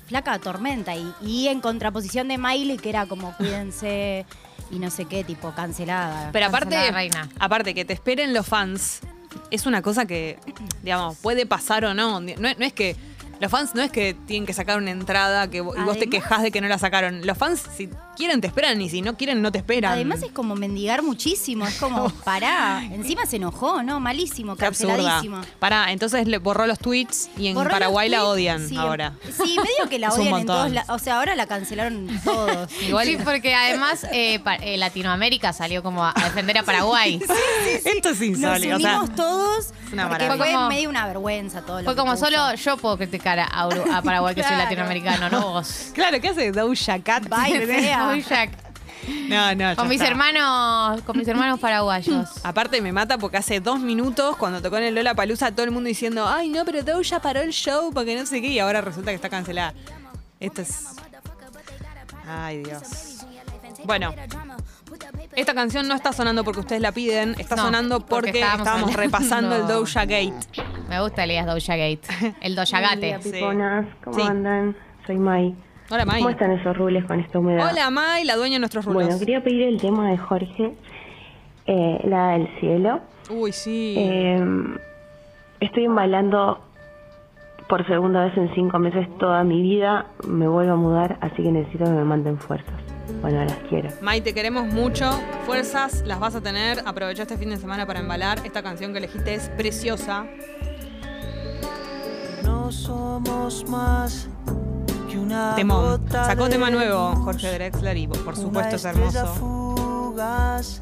S10: flaca tormenta. Y, y en contraposición de Miley, que era como, cuídense y no sé qué, tipo, cancelada.
S2: Pero aparte,
S1: Cancelada, reina.
S2: aparte que te esperen los fans, es una cosa que, digamos, puede pasar o no. No, no es que los fans no es que tienen que sacar una entrada que vo- y vos te
S10: Además-
S2: quejas de que no la sacaron. Los fans si quieren te esperan y si no quieren no te esperan.
S10: Además es como mendigar muchísimo, es
S2: [LAUGHS]
S10: como, pará. Encima se enojó, ¿no? Malísimo,
S2: Qué absurda.
S10: canceladísimo.
S2: Pará, entonces le borró los tweets y en
S10: Borró los
S2: Paraguay la
S10: tweets,
S2: odian
S10: sí,
S2: ahora.
S10: Sí,
S2: [LAUGHS]
S10: medio que la
S2: Es un
S10: odian en
S2: montón.
S10: todos lados. O sea, ahora la cancelaron todos.
S1: Igual. Sí, porque además eh, pa- eh, Latinoamérica salió como a a defender a
S2: [LAUGHS]
S1: Paraguay.
S2: Esto es
S10: Nos
S2: insólito. o sea,
S10: unimos todos
S2: una
S10: porque
S2: maravilla.
S10: fue
S1: Fue como-
S10: medio una vergüenza todo lo
S1: Fue
S10: que
S1: como
S10: puso.
S1: solo yo puedo criticar a, Uru- a Paraguay que soy
S10: Claro.
S1: latinoamericano, no vos.
S2: claro, ¿qué hace Doja Cat?
S1: [LAUGHS]
S2: [LAUGHS]
S10: Bye, fea.
S1: Uy, Jack.
S2: No, no, ya
S1: Con mis
S2: está.
S1: hermanos, con mis hermanos paraguayos.
S2: Aparte me mata porque hace dos minutos cuando tocó en el Lola Palusa todo el mundo diciendo, ay no, pero Doja paró el show porque no sé qué y ahora resulta que está cancelada. Esto es... Ay Dios. Bueno, esta canción no está sonando porque ustedes la piden, está
S1: No,
S2: sonando porque,
S1: porque estábamos
S2: estábamos
S1: hablando.
S2: repasando
S1: [LAUGHS]
S2: el
S1: No.
S2: Doja Gate.
S1: Me gusta Elías Doja Gate. El Doja Gate.
S2: piponas, ¿cómo
S9: andan? Soy Mai.
S2: Hola May.
S9: esos rules con esta humedad?
S2: Hola May, la dueña de nuestros rulos.
S9: Bueno, quería pedir el tema de Jorge, eh, la del cielo.
S2: Uy, sí.
S9: Eh, estoy embalando por segunda vez en cinco meses toda mi vida. Me vuelvo a mudar, así que necesito que me manden fuerzas. Bueno, las quiero.
S2: May, te queremos mucho. Fuerzas las vas a tener. Aprovecha este fin de semana para embalar. Esta canción que elegiste es preciosa.
S5: No somos más que una
S2: Temón.
S5: gota
S2: Sacó
S5: de
S2: tema nuevo
S5: luz,
S2: Jorge Drexler y por
S5: una
S2: supuesto es
S5: estrella
S2: hermoso.
S5: fugaz,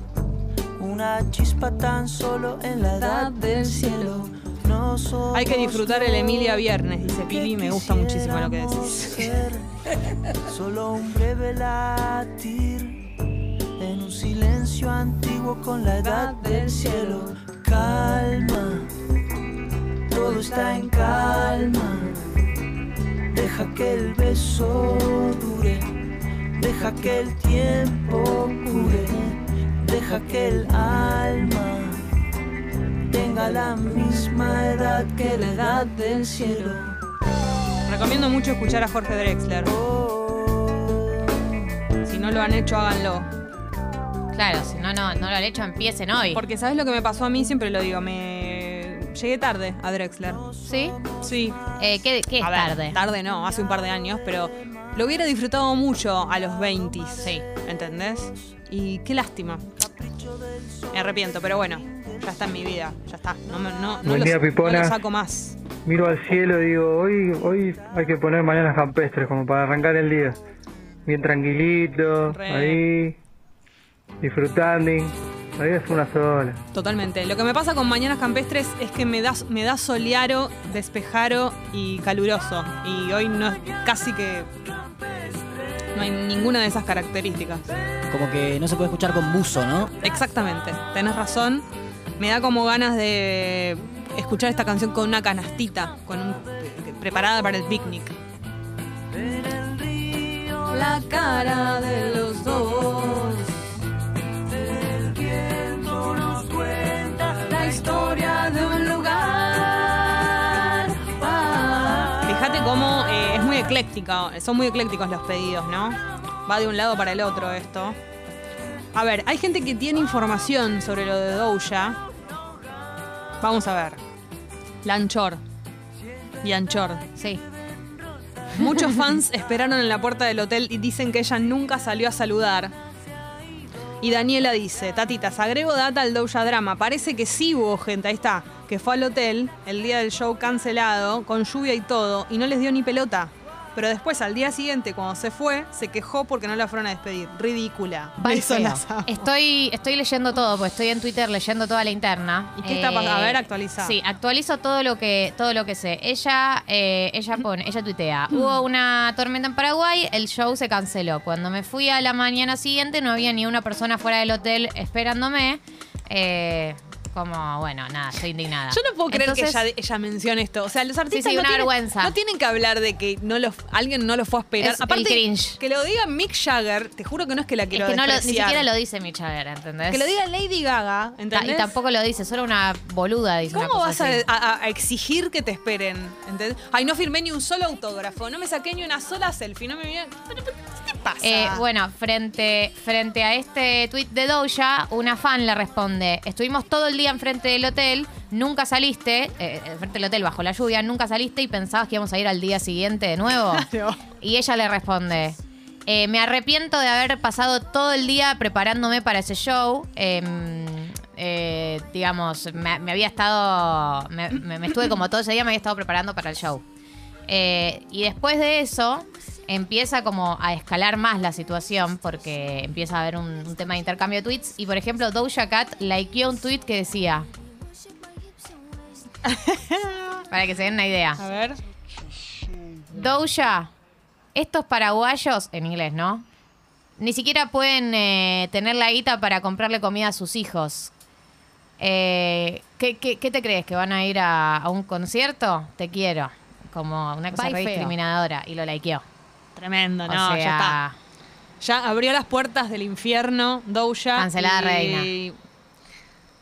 S5: una chispa tan solo en la edad del cielo. No somos
S2: Hay que disfrutar el
S5: dos
S2: Emilia Viernes, dice
S5: que
S2: Pili. Me gusta muchísimo lo que
S5: quisiéramos
S2: decís.
S5: ser,
S2: [LAUGHS]
S5: Solo un breve latir en un silencio antiguo con la edad del cielo. Calma, todo está en calma. Deja que el beso dure, deja que el tiempo cure, deja que el alma tenga la misma edad que la edad del cielo.
S2: Recomiendo mucho escuchar a Jorge Drexler. Si no lo han hecho, háganlo.
S1: Claro, si no, no, no lo han hecho, empiecen hoy.
S2: Porque ¿sabes lo que me pasó a mí? Siempre lo digo. Me llegué tarde a Drexler.
S1: ¿Sí?
S2: Sí,
S1: Eh, ¿Qué, qué es
S2: A ver,
S1: tarde?
S2: Tarde no, hace un par de años, pero lo hubiera disfrutado mucho a los 20.
S1: Sí.
S2: ¿Entendés? Y qué lástima. Me arrepiento, pero bueno, ya está en mi vida, ya está. No, me- no, no
S8: Buen
S2: lo-
S8: día,
S2: no
S8: Pipona.
S2: lo saco más.
S8: Miro al cielo y digo, hoy, hoy hay que poner mañanas campestres como para arrancar el día. Bien tranquilito,
S2: Re.
S8: ahí, disfrutando. La vida es una sola.
S2: Totalmente. Lo que me pasa con Mañanas Campestres es que me da, me da solearo, despejaro y caluroso. Y hoy no casi que no hay ninguna de esas características.
S11: Como que no se puede escuchar con buzo, ¿no?
S2: Exactamente, tenés razón. Me da como ganas de escuchar esta canción con una canastita, con un- eh, preparada para el picnic. La cara de los dos. la historia de un lugar. Ah. Fíjate cómo eh, es muy ecléctica, son muy eclécticos los pedidos, ¿no? Va de un lado para el otro esto. A ver, hay gente que tiene información sobre lo de Doja. Vamos a ver. Lanchor. Y Anchor.
S1: Sí.
S2: Muchos fans esperaron en la puerta del hotel y dicen que ella nunca salió a saludar. Y Daniela dice, tatitas, agrego data al Doja Drama. Parece que sí hubo gente, ahí está, que fue al hotel el día del show cancelado, con lluvia y todo, y no les dio ni pelota. Pero después, al día siguiente, cuando se fue, se quejó porque no la fueron a despedir. Ridícula.
S1: Va el
S2: Eso
S1: feo.
S2: las amo.
S1: Estoy, estoy leyendo todo, pues estoy en Twitter leyendo toda la interna.
S2: ¿Y qué está pasando? A ver, actualiza.
S1: Sí, actualizo todo lo que, todo lo que sé. Ella, eh, ella pone, ella tuitea.
S2: Mm.
S1: Hubo una tormenta en Paraguay, el show se canceló. Cuando me fui a la mañana siguiente no había ni una persona fuera del hotel esperándome. Eh, como, bueno, nada, estoy indignada.
S2: Yo no puedo creer
S1: Ah. Entonces,
S2: que ella, ella mencione esto. O sea, los artistas
S1: sí,
S2: no
S1: una
S2: tienen,
S1: vergüenza.
S2: no tienen que hablar de que no lo, alguien no lo fue a esperar.
S1: Es el
S2: Aparte,
S1: cringe.
S2: que lo diga Mick Jagger, te juro que no es que la
S1: Es
S2: quiero
S1: que no lo- ni
S2: despreciar.
S1: siquiera lo dice Mick Jagger, ¿entendés?
S2: Que lo diga Lady Gaga,
S1: Ta-
S2: ¿entendés?
S1: Y tampoco lo dice, solo una boluda dice una
S2: ¿Cómo
S1: cosa
S2: vas a,
S1: así.
S2: a- a exigir que te esperen? ¿Entendés? Ay, no firmé ni un solo autógrafo, no me saqué ni una sola selfie, no me miré- Pero, pero, ¿Qué te pasa?
S1: Eh, bueno, frente, frente a este tweet de Doja, una fan le responde: Estuvimos todo el día enfrente del hotel, nunca saliste, eh, enfrente del hotel bajo la lluvia, nunca saliste y pensabas que íbamos a ir al día siguiente de nuevo. Y ella le responde: eh, Me arrepiento de haber pasado todo el día preparándome para ese show. Em, eh, digamos, me, me había estado. Me, me- me estuve como todo ese día, me había estado preparando para el show. Eh, y después de eso, empieza como a escalar más la situación porque empieza a haber un, un tema de intercambio de tweets. Y por ejemplo, Doja Cat likeó un tweet que decía. [LAUGHS] para que se den una idea.
S2: A ver.
S1: Doja, estos paraguayos, en inglés, ¿no? Ni siquiera pueden eh, tener la guita para comprarle comida a sus hijos. Eh, ¿qué, qué, qué te crees? ¿Que van a ir a, a un concierto? Te quiero. Como una cosa
S2: Bye,
S1: re
S2: feo.
S1: discriminadora. Y lo likeó.
S2: Tremendo,
S1: O
S2: no,
S1: sea,
S2: ya está. Ya abrió las puertas del infierno, Doja.
S1: Cancelada
S2: y-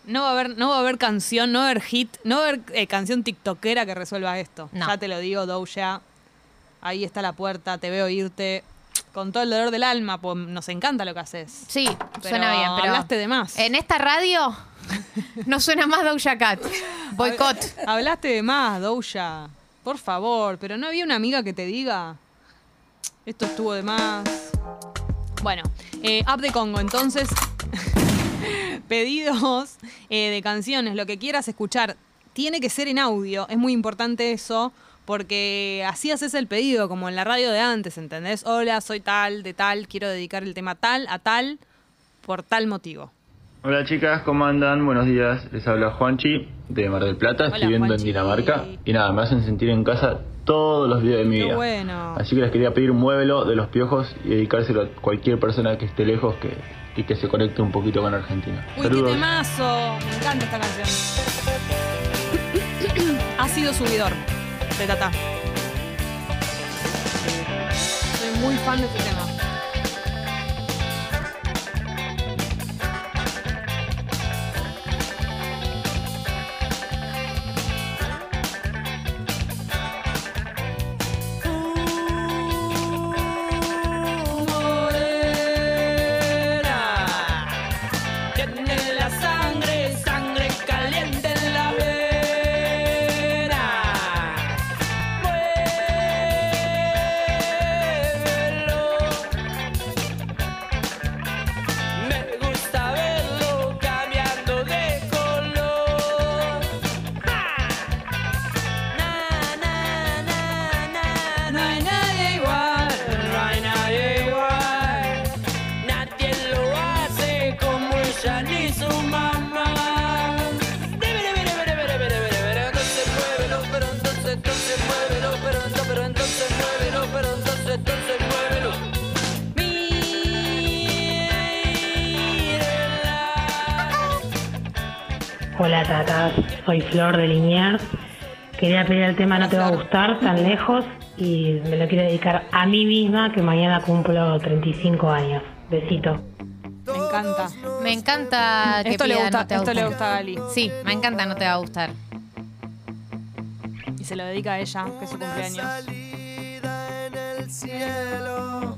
S2: No va, a haber, no va a haber canción, no va a haber hit, no va a haber eh, canción tiktokera que resuelva esto.
S1: No.
S2: Ya te lo digo, Doja. Ahí está la puerta, te veo irte. Con todo el dolor del alma, pues nos encanta lo que haces.
S1: Sí, suena bien, pero-
S2: Hablaste de más.
S1: En esta
S2: [LAUGHS]
S1: radio no suena más Doja Cat.
S2: [LAUGHS]
S1: Boicot.
S2: Hablaste de más, Doja. Por favor, pero no había una amiga que te diga. Esto estuvo de más. Bueno, eh, App de Congo, entonces. [LAUGHS] pedidos eh, de canciones, lo que quieras escuchar. Tiene que ser en audio, es muy importante eso, porque así haces el pedido, como en la radio de antes, ¿entendés? Hola, soy tal, de tal, quiero dedicar el tema tal a tal, por tal motivo.
S12: Hola chicas, ¿cómo andan? Buenos días, les habla Juanchi de Mar del Plata, estoy viviendo en Dinamarca y nada, me hacen sentir en casa todos los días de mi
S2: Qué
S12: vida.
S2: bueno.
S12: Así que les quería pedir un muévelo de los piojos y dedicárselo a cualquier persona que esté lejos que, y que se conecte un poquito con Argentina.
S2: Uy, qué temazo. Me encanta esta canción. [COUGHS] ha sido subidor de Tata. Soy muy fan de este tema.
S6: Tiene la sangre, sangre caliente en la vera. Muévelo. Me gusta verlo cambiando de color. Ah. No hay nadie igual, no hay nadie igual. Nadie lo hace como ella ni su mamá. Debe, debe, debe, debe, debe, debe, debe. Entonces muévelo, pero entonces, entonces muévelo, pero entonces, pero entonces muévelo, pero entonces, entonces muévelo.
S3: Hola tatas, soy Flor de Liniers. Quería pedir el tema No te va a gustar tan lejos y me lo quiero dedicar a mí misma que mañana cumplo 35 años. Besito.
S2: Me encanta.
S1: Me encanta que
S2: Esto le
S1: pidan
S2: gusta-
S1: no te va a
S2: esto le
S1: gustar.
S2: gusta a Gali.
S1: Sí, me encanta no te va a gustar.
S2: Y se lo dedica a ella, que es su cumpleaños.
S6: cielo.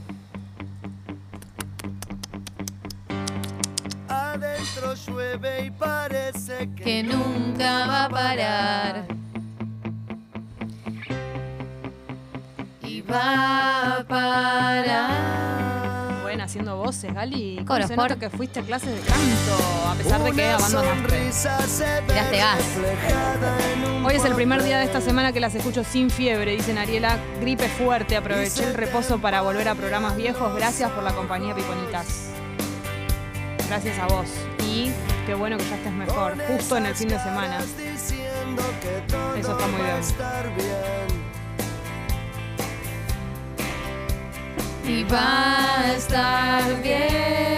S6: Adentro llueve y parece que,
S1: Que nunca va a parar. Y va a parar.
S2: Buena, haciendo voces, Gali. ¿Cómo
S1: Coros,
S2: se nota
S1: por-
S2: que fuiste a clases de canto, a pesar de que
S6: Una
S2: abandonaste.
S1: Tiraste gas.
S2: Hoy es el primer día de esta semana que las escucho sin fiebre, dicen Ariela. Gripe fuerte, aproveché el reposo para volver a programas viejos. Gracias por la compañía, Piponitas. Gracias a vos. Y qué bueno que ya estés mejor, justo en el fin de semana.
S6: diciendo que todo
S2: Eso está muy
S6: va a
S2: bien.
S6: estar bien.
S1: Y va a estar bien.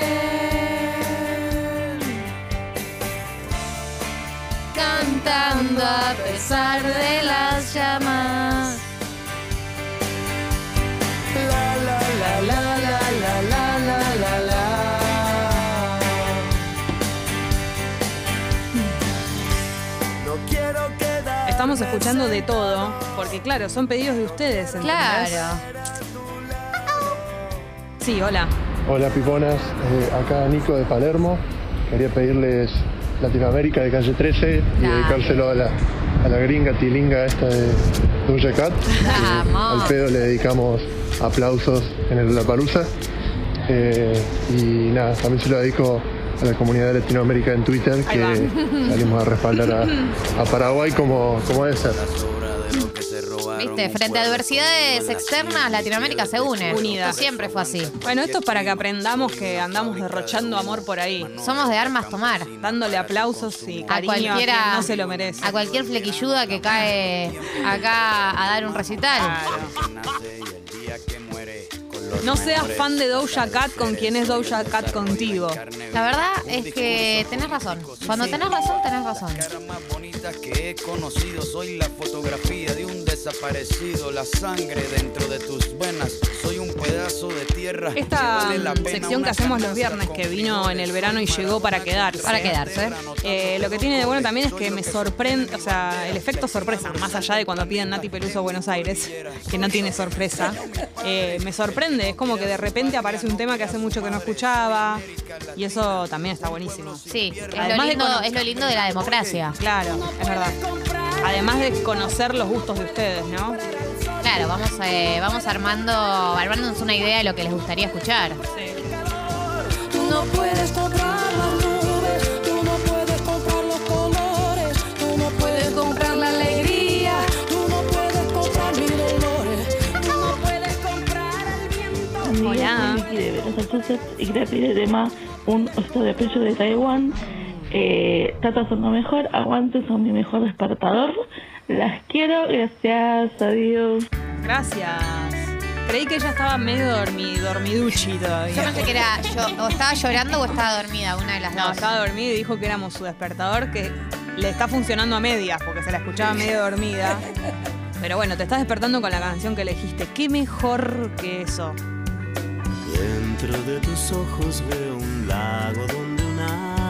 S1: pasar de las llamas.
S5: La la la la la la la la. No quiero quedar.
S2: Estamos escuchando de todo, porque claro, son pedidos de ustedes, ¿entendés?
S1: Claro.
S2: Sí, hola.
S12: Hola piponas, Eh, acá Nico de Palermo. Quería pedirles Latinoamérica de calle 13 y dedicárselo a la, a la gringa tilinga esta de Doja
S5: [LAUGHS]
S12: Cat. Eh, Al pedo le dedicamos aplausos en el La Palusa. Eh, y nada, también se lo dedico a la comunidad de Latinoamérica en Twitter
S5: Ahí va. [LAUGHS]
S12: que [LAUGHS] salimos a respaldar a, a Paraguay como, como debe ser.
S1: Viste, frente a adversidades externas, Latinoamérica se une.
S2: Unida.
S1: Esto siempre fue así.
S2: Bueno, esto es para que aprendamos que andamos derrochando amor por ahí.
S1: Somos de armas tomar.
S2: Dándole aplausos y
S1: A
S2: cariño a
S1: cualquiera.
S2: quien no se lo merece.
S1: A cualquier flequilluda que cae acá a dar un recital.
S2: No seas fan de Doja Cat con quien es Doja Cat contigo.
S1: La verdad es que tenés razón. Cuando tenés razón, tenés razón.
S13: bonitas que he conocido. Soy la fotografía de un desaparecido, la sangre dentro de tus venas. Soy un pedazo de tierra.
S2: Esta mm, sección que hacemos los viernes, que vino en el verano y llegó para quedarse.
S1: Para quedarse.
S2: Eh, lo que tiene de bueno también es que me sorprende, o sea, el efecto sorpresa, más allá de cuando piden Nati Peluso a Buenos Aires, que no tiene sorpresa. eh, me sorprende, es como que de repente aparece un tema que hace mucho que no escuchaba, y eso también está buenísimo.
S1: Sí, es lo, lindo, es lo lindo de la democracia.
S2: Claro, es verdad. Además de conocer los gustos de ustedes, ¿no?
S1: Claro, vamos, eh, vamos armando, armándonos una idea de lo que les gustaría escuchar.
S5: Tú no puedes comprar las nubes, tú no puedes comprar los colores, tú no puedes comprar la alegría, tú no puedes comprar mis dolores, tú no puedes comprar el viento.
S2: Hola.
S14: soy Vicky de Massachusetts y quería pedir el tema Un oso de pecho de Taiwán. Eh, Tata son lo mejor, aguantes son mi mejor despertador. Las quiero, gracias, adiós.
S2: Gracias. Creí que ella estaba medio dormi- dormiduchi todavía.
S1: Yo pensé que era, yo, o estaba llorando o estaba dormida, una de las
S2: No,
S1: dos.
S2: estaba dormida y dijo que éramos su despertador, que le está funcionando a medias, porque se la escuchaba medio dormida. Pero bueno, te estás despertando con la canción que elegiste. Qué mejor que eso.
S5: Dentro de tus ojos veo un lago donde una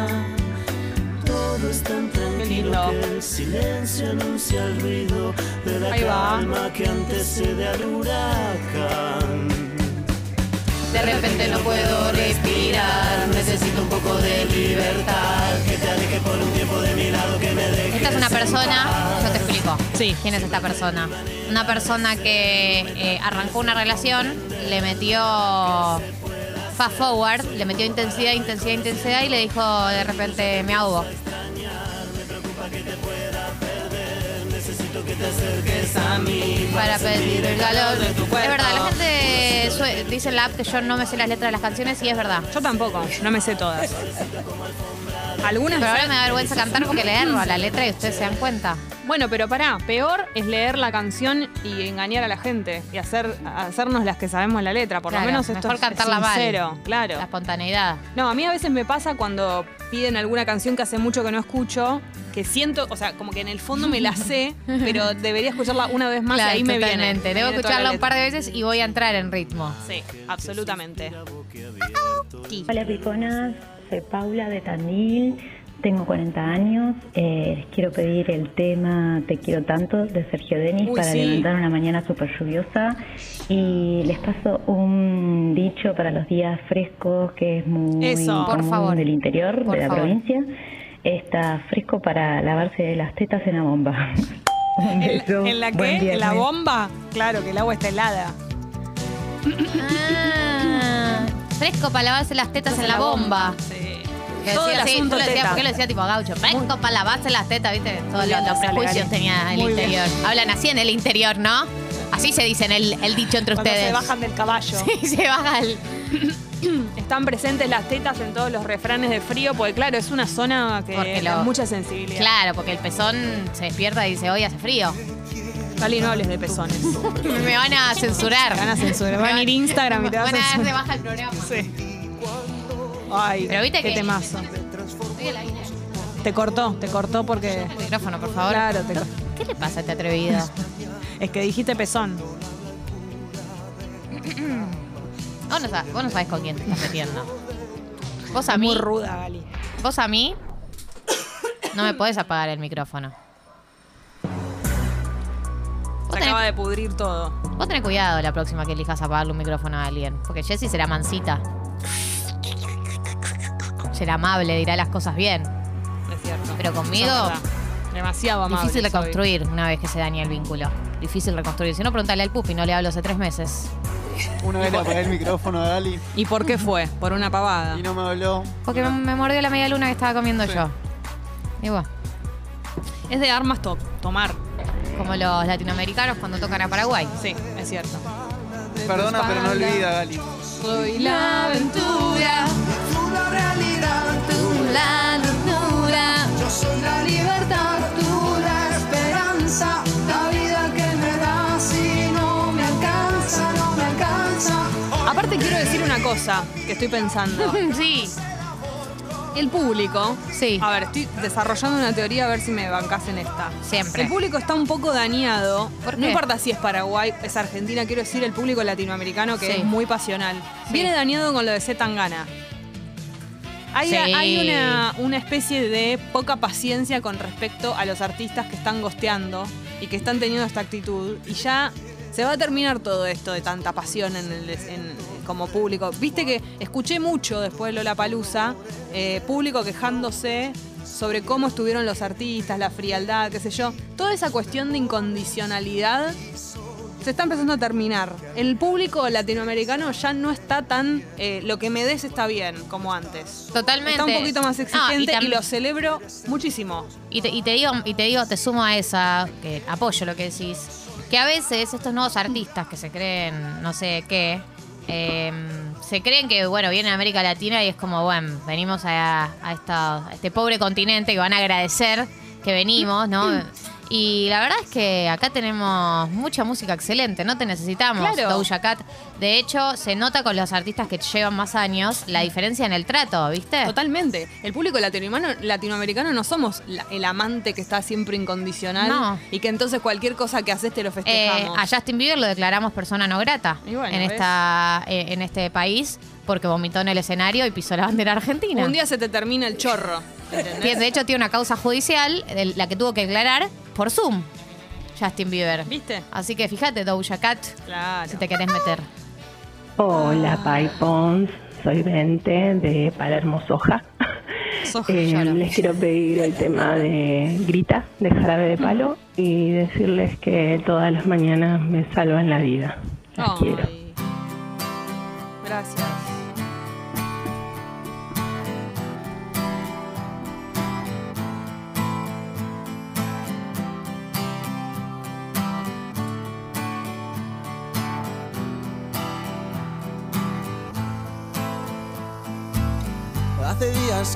S5: Todo es tan tranquilo que el silencio anuncia el ruido de la
S2: Ahí va.
S5: calma que antecede al huracán.
S1: De repente
S5: no puedo respirar, necesito un poco de libertad. Que te aleje por un tiempo de mi lado, que me deje.
S1: Esta es una persona, yo te explico. Sí. ¿Quién es esta persona? Una persona que eh, arrancó una relación, le metió fast forward, le metió intensidad, intensidad, intensidad y le dijo de repente me ahogo.
S5: Necesito que te acerques a mí
S1: Para pedir
S5: sentir
S1: el calor.
S5: de tu
S1: Es
S5: cuerpo.
S1: verdad, la gente sue- dice en la app que yo no me sé las letras de las canciones y es verdad.
S2: Yo tampoco, no me sé
S5: [LAUGHS]
S2: todas. Algunas
S1: Pero ahora
S2: sí.
S1: me da vergüenza cantar porque le erro a la letra y ustedes se dan cuenta.
S2: Bueno, pero pará, peor es leer la canción y engañar a la gente y hacer, hacernos las que sabemos la letra. Por
S1: Claro,
S2: lo menos esto
S1: mejor
S2: es
S1: cantarla mal.
S2: sincero, claro. La
S1: espontaneidad.
S2: No, a mí a veces me pasa cuando piden alguna canción que hace mucho que no escucho, que siento, o sea, como que en el fondo me
S1: [LAUGHS]
S2: la sé, pero debería escucharla una vez más
S1: Claro,
S2: y ahí me viene.
S1: totalmente.
S2: me
S1: Debo
S2: viene toda
S1: escucharla
S2: la
S1: un
S2: letra.
S1: par de veces y voy a entrar en ritmo.
S2: Sí, absolutamente.
S3: Hola Piponas, soy Paula de Tandil, tengo 40 años, eh, les quiero pedir el tema Te quiero tanto de Sergio Denis
S15: Uy,
S3: para
S15: sí.
S3: levantar una mañana súper lluviosa y les paso un dicho para los días frescos que es muy
S15: Eso. Por
S3: común
S15: favor.
S3: del interior
S15: Por
S3: de la
S15: favor.
S3: provincia, está fresco para lavarse las tetas en la bomba. Un beso,
S2: ¿En la
S3: buen
S2: qué? ¿En la
S3: viernes.
S2: bomba? Claro, que el agua está helada.
S1: Ah, fresco para lavarse las tetas en la bomba.
S2: Sí.
S1: Que
S2: Todo
S1: decía
S2: el
S1: así,
S2: asunto
S1: tú lo decías,
S2: teta.
S1: porque lo decía tipo gaucho, fresco para lavarse las tetas, ¿viste? Todos los, los
S2: bien, Gonzalo,
S1: prejuicios
S2: gané.
S1: tenía el
S2: Muy bien.
S1: interior. Hablan así en el interior, ¿no? Así se dicen el, el dicho entre
S2: Cuando
S1: [LAUGHS] ustedes.
S2: se bajan del caballo.
S1: Sí, se bajan.
S2: Están presentes las tetas en todos los refranes de frío, porque claro, es una zona que
S1: Porque
S2: tiene
S1: lo-
S2: mucha sensibilidad.
S1: Claro, porque el pezón se despierta y dice, hoy hace frío. [LAUGHS]
S2: Cali, no hables de pezones.
S1: Me van a censurar.
S2: Me van a censurar. Van a ir Instagram y te
S1: [LAUGHS]
S2: vas
S1: Van a dar de
S2: censurar.
S1: baja el programa.
S2: Ay,
S1: Pero viste
S2: qué
S1: que-
S2: temazo.
S1: Estoy al aire.
S2: Te cortó, te cortó porque.
S1: El micrófono, por favor.
S2: Claro, te
S1: ¿Qué le pasa a este atrevido?
S2: Es que dijiste pezón.
S1: Vos no, sabés, vos no sabés con quién te estás metiendo. Vos a mí.
S2: Muy ruda, Gali.
S1: Vos a mí. No me podés apagar el micrófono.
S2: Se acaba de pudrir todo.
S1: Vos tenés cuidado la próxima que elijas apagarle un micrófono a alguien. Porque Jessie será mansita. Será amable, dirá las cosas bien.
S2: Es cierto.
S1: Pero conmigo-
S2: Eso es verdad. Demasiado amable.
S1: Difícil
S2: soy.
S1: reconstruir una vez que se daña el vínculo. Difícil reconstruir. Si no, preguntale al Pupi, no le hablo hace tres meses.
S6: Una vez le apagué el micrófono a Dali
S2: ¿Y por qué fue? Por una pavada.
S6: y no me habló.
S1: Porque me, me mordió la media luna que estaba comiendo yo. Y bueno,
S2: Es de armas to- tomar.
S1: como los latinoamericanos cuando tocan a Paraguay.
S2: Sí, es cierto.
S6: Perdona, pero no olvida, Dali.
S2: Soy la
S1: aventura,
S5: tú la realidad,
S1: tú la locura.
S5: Yo soy la libertad, tú la esperanza, la vida que me das y no me alcanza, no me alcanza.
S2: Aparte quiero decir una cosa que estoy pensando.
S1: [LAUGHS] sí.
S2: El público.
S1: Sí.
S2: A ver, estoy desarrollando una teoría a ver si me bancas en esta.
S1: Siempre.
S2: El público está un poco dañado.
S1: ¿Por
S2: No
S1: qué?
S2: importa si es Paraguay, es Argentina, quiero decir el público latinoamericano que
S1: Sí.
S2: es muy pasional. Viene dañado con lo de C. Tangana. Hay,
S1: Sí.
S2: hay una, una especie de poca paciencia con respecto a los artistas que están gosteando y que están teniendo esta actitud. Y ya se va a terminar todo esto de tanta pasión en el, en- como público. Viste que escuché mucho después de Lola Palusa, eh, público quejándose sobre cómo estuvieron los artistas, la frialdad, qué sé yo. Toda esa cuestión de incondicionalidad se está empezando a terminar. El público latinoamericano ya no está tan eh, lo que me des está bien como antes.
S1: Totalmente.
S2: Está un poquito más
S1: No, y
S2: exigente y,
S1: tam-
S2: lo celebro muchísimo.
S1: Y te, y te digo, y te digo, te sumo a esa, que apoyo lo que decís, que a veces estos nuevos artistas que se creen, no sé qué, eh, se creen que, bueno, vienen a América Latina y es como, bueno, venimos a, a esta- a este pobre continente que van a agradecer que venimos, ¿no?
S2: [CLEARS THROAT]
S1: Y la verdad es que acá tenemos mucha música excelente, no te necesitamos,
S2: Claro.
S1: Doja Cat. De hecho, se nota con los artistas que llevan más años la diferencia en el trato, ¿viste?
S2: Mm. Totalmente. El público latinoamericano, latinoamericano no somos la- el amante que está siempre incondicional
S1: No.
S2: y que entonces cualquier cosa que haces te lo festejamos.
S1: Eh, a Justin Bieber lo declaramos persona no grata
S2: Y bueno,
S1: en,
S2: ¿ves?
S1: esta, eh, en este país porque vomitó en el escenario y pisó la bandera argentina.
S2: Un día se te termina el chorro.
S1: Tiene- De hecho, tiene una causa judicial, el- la que tuvo que declarar por Zoom, Justin Bieber.
S2: ¿Viste?
S1: Así que fíjate, Doja Cat,
S2: Claro.
S1: si te querés meter.
S3: Hola, Pipons. Soy Vente de Palermo Soja. Eh, les quiero pedir el tema de Grita, de Jarabe de Palo, y decirles que todas las mañanas me salvan la vida. Las
S2: Ay.
S3: quiero.
S2: Gracias.
S5: Hace días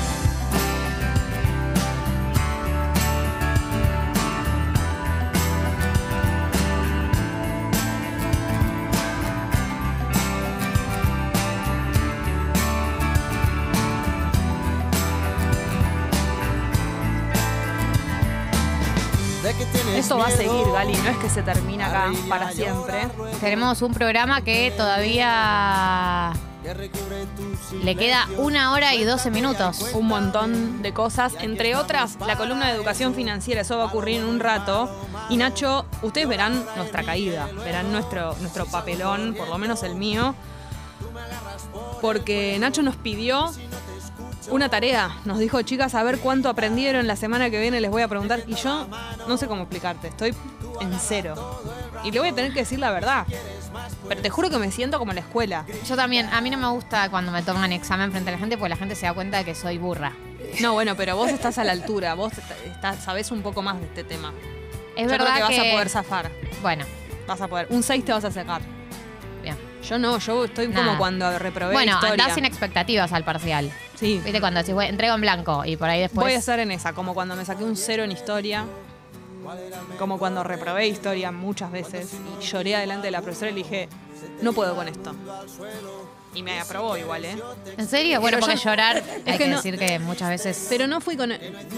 S5: De que tienes
S2: Esto va a
S5: miedo,
S2: seguir, Gali, no es que se termina acá para siempre.
S1: Tenemos un programa que todavía
S5: que recubre tu
S1: le queda una hora y doce minutos.
S2: Un montón de cosas, entre otras la columna de educación financiera, eso va a ocurrir en un rato. Y Nacho, ustedes verán nuestra caída, verán nuestro, nuestro papelón, por lo menos el mío, porque Nacho nos pidió una tarea, nos dijo, chicas, a ver cuánto aprendieron, la semana que viene les voy a preguntar, y yo no sé cómo explicarte, estoy en cero. Y le voy a tener que decir la verdad. Pero te juro que me siento como en la escuela.
S1: Yo también, a mí no me gusta cuando me toman examen frente a la gente porque la gente se da cuenta de que soy burra.
S2: No, bueno, pero vos estás a la altura, vos est- estás, sabés un poco más de este tema.
S1: Es
S2: Yo
S1: verdad
S2: creo que vas
S1: que-
S2: a poder zafar.
S1: Bueno.
S2: Vas a poder. Un 6 te vas a sacar.
S1: Bien.
S2: Yo no, yo estoy
S1: Nada.
S2: como cuando reprobé
S1: bueno,
S2: historia.
S1: andás sin expectativas al parcial. Sí. Viste cuando decís, "Bueno, entrego en blanco y por ahí después.
S2: Voy a estar en esa, como cuando me saqué un cero en historia. Como cuando reprobé historia muchas veces y lloré adelante de la profesora y le dije, no puedo con esto. Y me aprobó igual, ¿eh?
S1: ¿En serio? Bueno,
S2: Pero
S1: porque
S2: yo-
S1: llorar
S2: [LAUGHS] Es
S1: hay
S2: que
S1: que
S2: no-
S1: decir que muchas veces.
S2: Pero no fui con.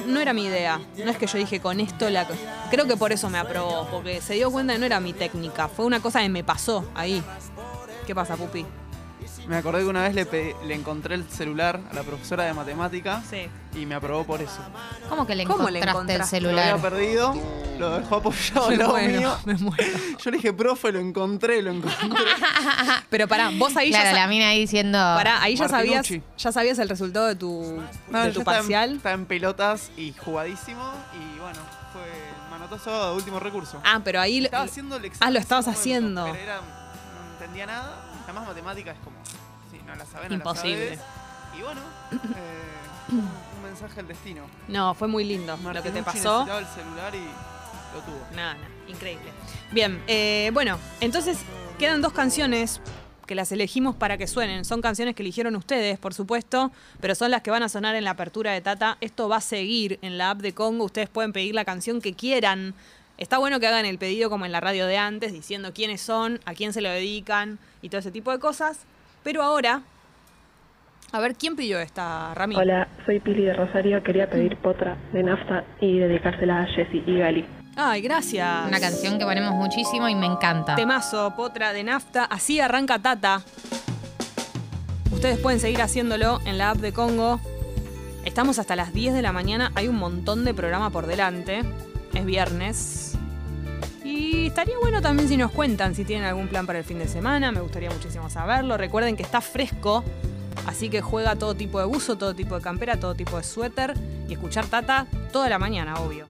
S2: No era mi idea. No es que yo dije con esto la. Creo que por eso me aprobó, porque se dio cuenta que no era mi técnica. Fue una cosa que me pasó ahí. ¿Qué pasa, Pupi?
S6: Me acordé que una vez le, pedí- le encontré el celular a la profesora de matemática y me aprobó por eso.
S1: ¿Cómo que le
S2: ¿Cómo
S1: encontraste,
S2: le
S1: el
S2: encontraste?
S6: Lo
S1: celular?
S6: había perdido, lo dejó [LAUGHS]
S2: [LAUGHS] [LAUGHS]
S6: apoyado
S2: Me
S6: al lado
S2: muero,
S6: mío. Yo le dije, profe, lo encontré, lo encontré.
S2: Pero pará, vos ahí
S1: claro,
S2: ya. sa-
S1: la mina ahí diciendo.
S2: Pará, ahí ya sabías,
S6: Martinucci.
S2: ya sabías el resultado de tu,
S6: No,
S2: de
S6: yo
S2: tu
S6: estaba en-
S2: parcial.
S6: Estaba en pelotas y jugadísimo y bueno, fue el manotazo de último recurso.
S2: Ah, pero ahí. lo-
S6: Estaba haciendo el
S2: Ah,
S6: examen
S2: lo estabas
S6: todo eso,
S2: haciendo.
S6: Pero era, no entendía nada. Además, matemática es como. Sí, no la sabés, no
S2: Imposible.
S6: La sabés. Y bueno, eh, [COUGHS] un mensaje al destino.
S2: No, fue muy lindo lo que te
S6: Martinucci
S2: pasó.
S6: necesitaba el celular y lo tuvo.
S2: Nada, increíble. Bien, eh, bueno, entonces quedan dos canciones que las elegimos para que suenen. Son canciones que eligieron ustedes, por supuesto, pero son las que van a sonar en la apertura de Tata. Esto va a seguir en la app de Congo. Ustedes pueden pedir la canción que quieran. Está bueno que hagan el pedido como en la radio de antes, diciendo quiénes son, a quién se lo dedican y todo ese tipo de cosas. Pero ahora, a ver, ¿quién pidió esta, Rami?
S3: Hola, soy Pili de Rosario. Quería pedir potra de nafta y dedicársela a Jessy y Gali.
S2: Ay, gracias.
S1: Una canción que ponemos muchísimo y me encanta.
S2: Temazo, potra de nafta, así arranca Tata. Ustedes pueden seguir haciéndolo en la app de Congo. Estamos hasta las 10 de la mañana, hay un montón de programa por delante. Es viernes. Y estaría bueno también si nos cuentan si tienen algún plan para el fin de semana, me gustaría muchísimo saberlo. Recuerden que está fresco, así que juega todo tipo de buzo, todo tipo de campera, todo tipo de suéter y escuchar Tata toda la mañana, obvio.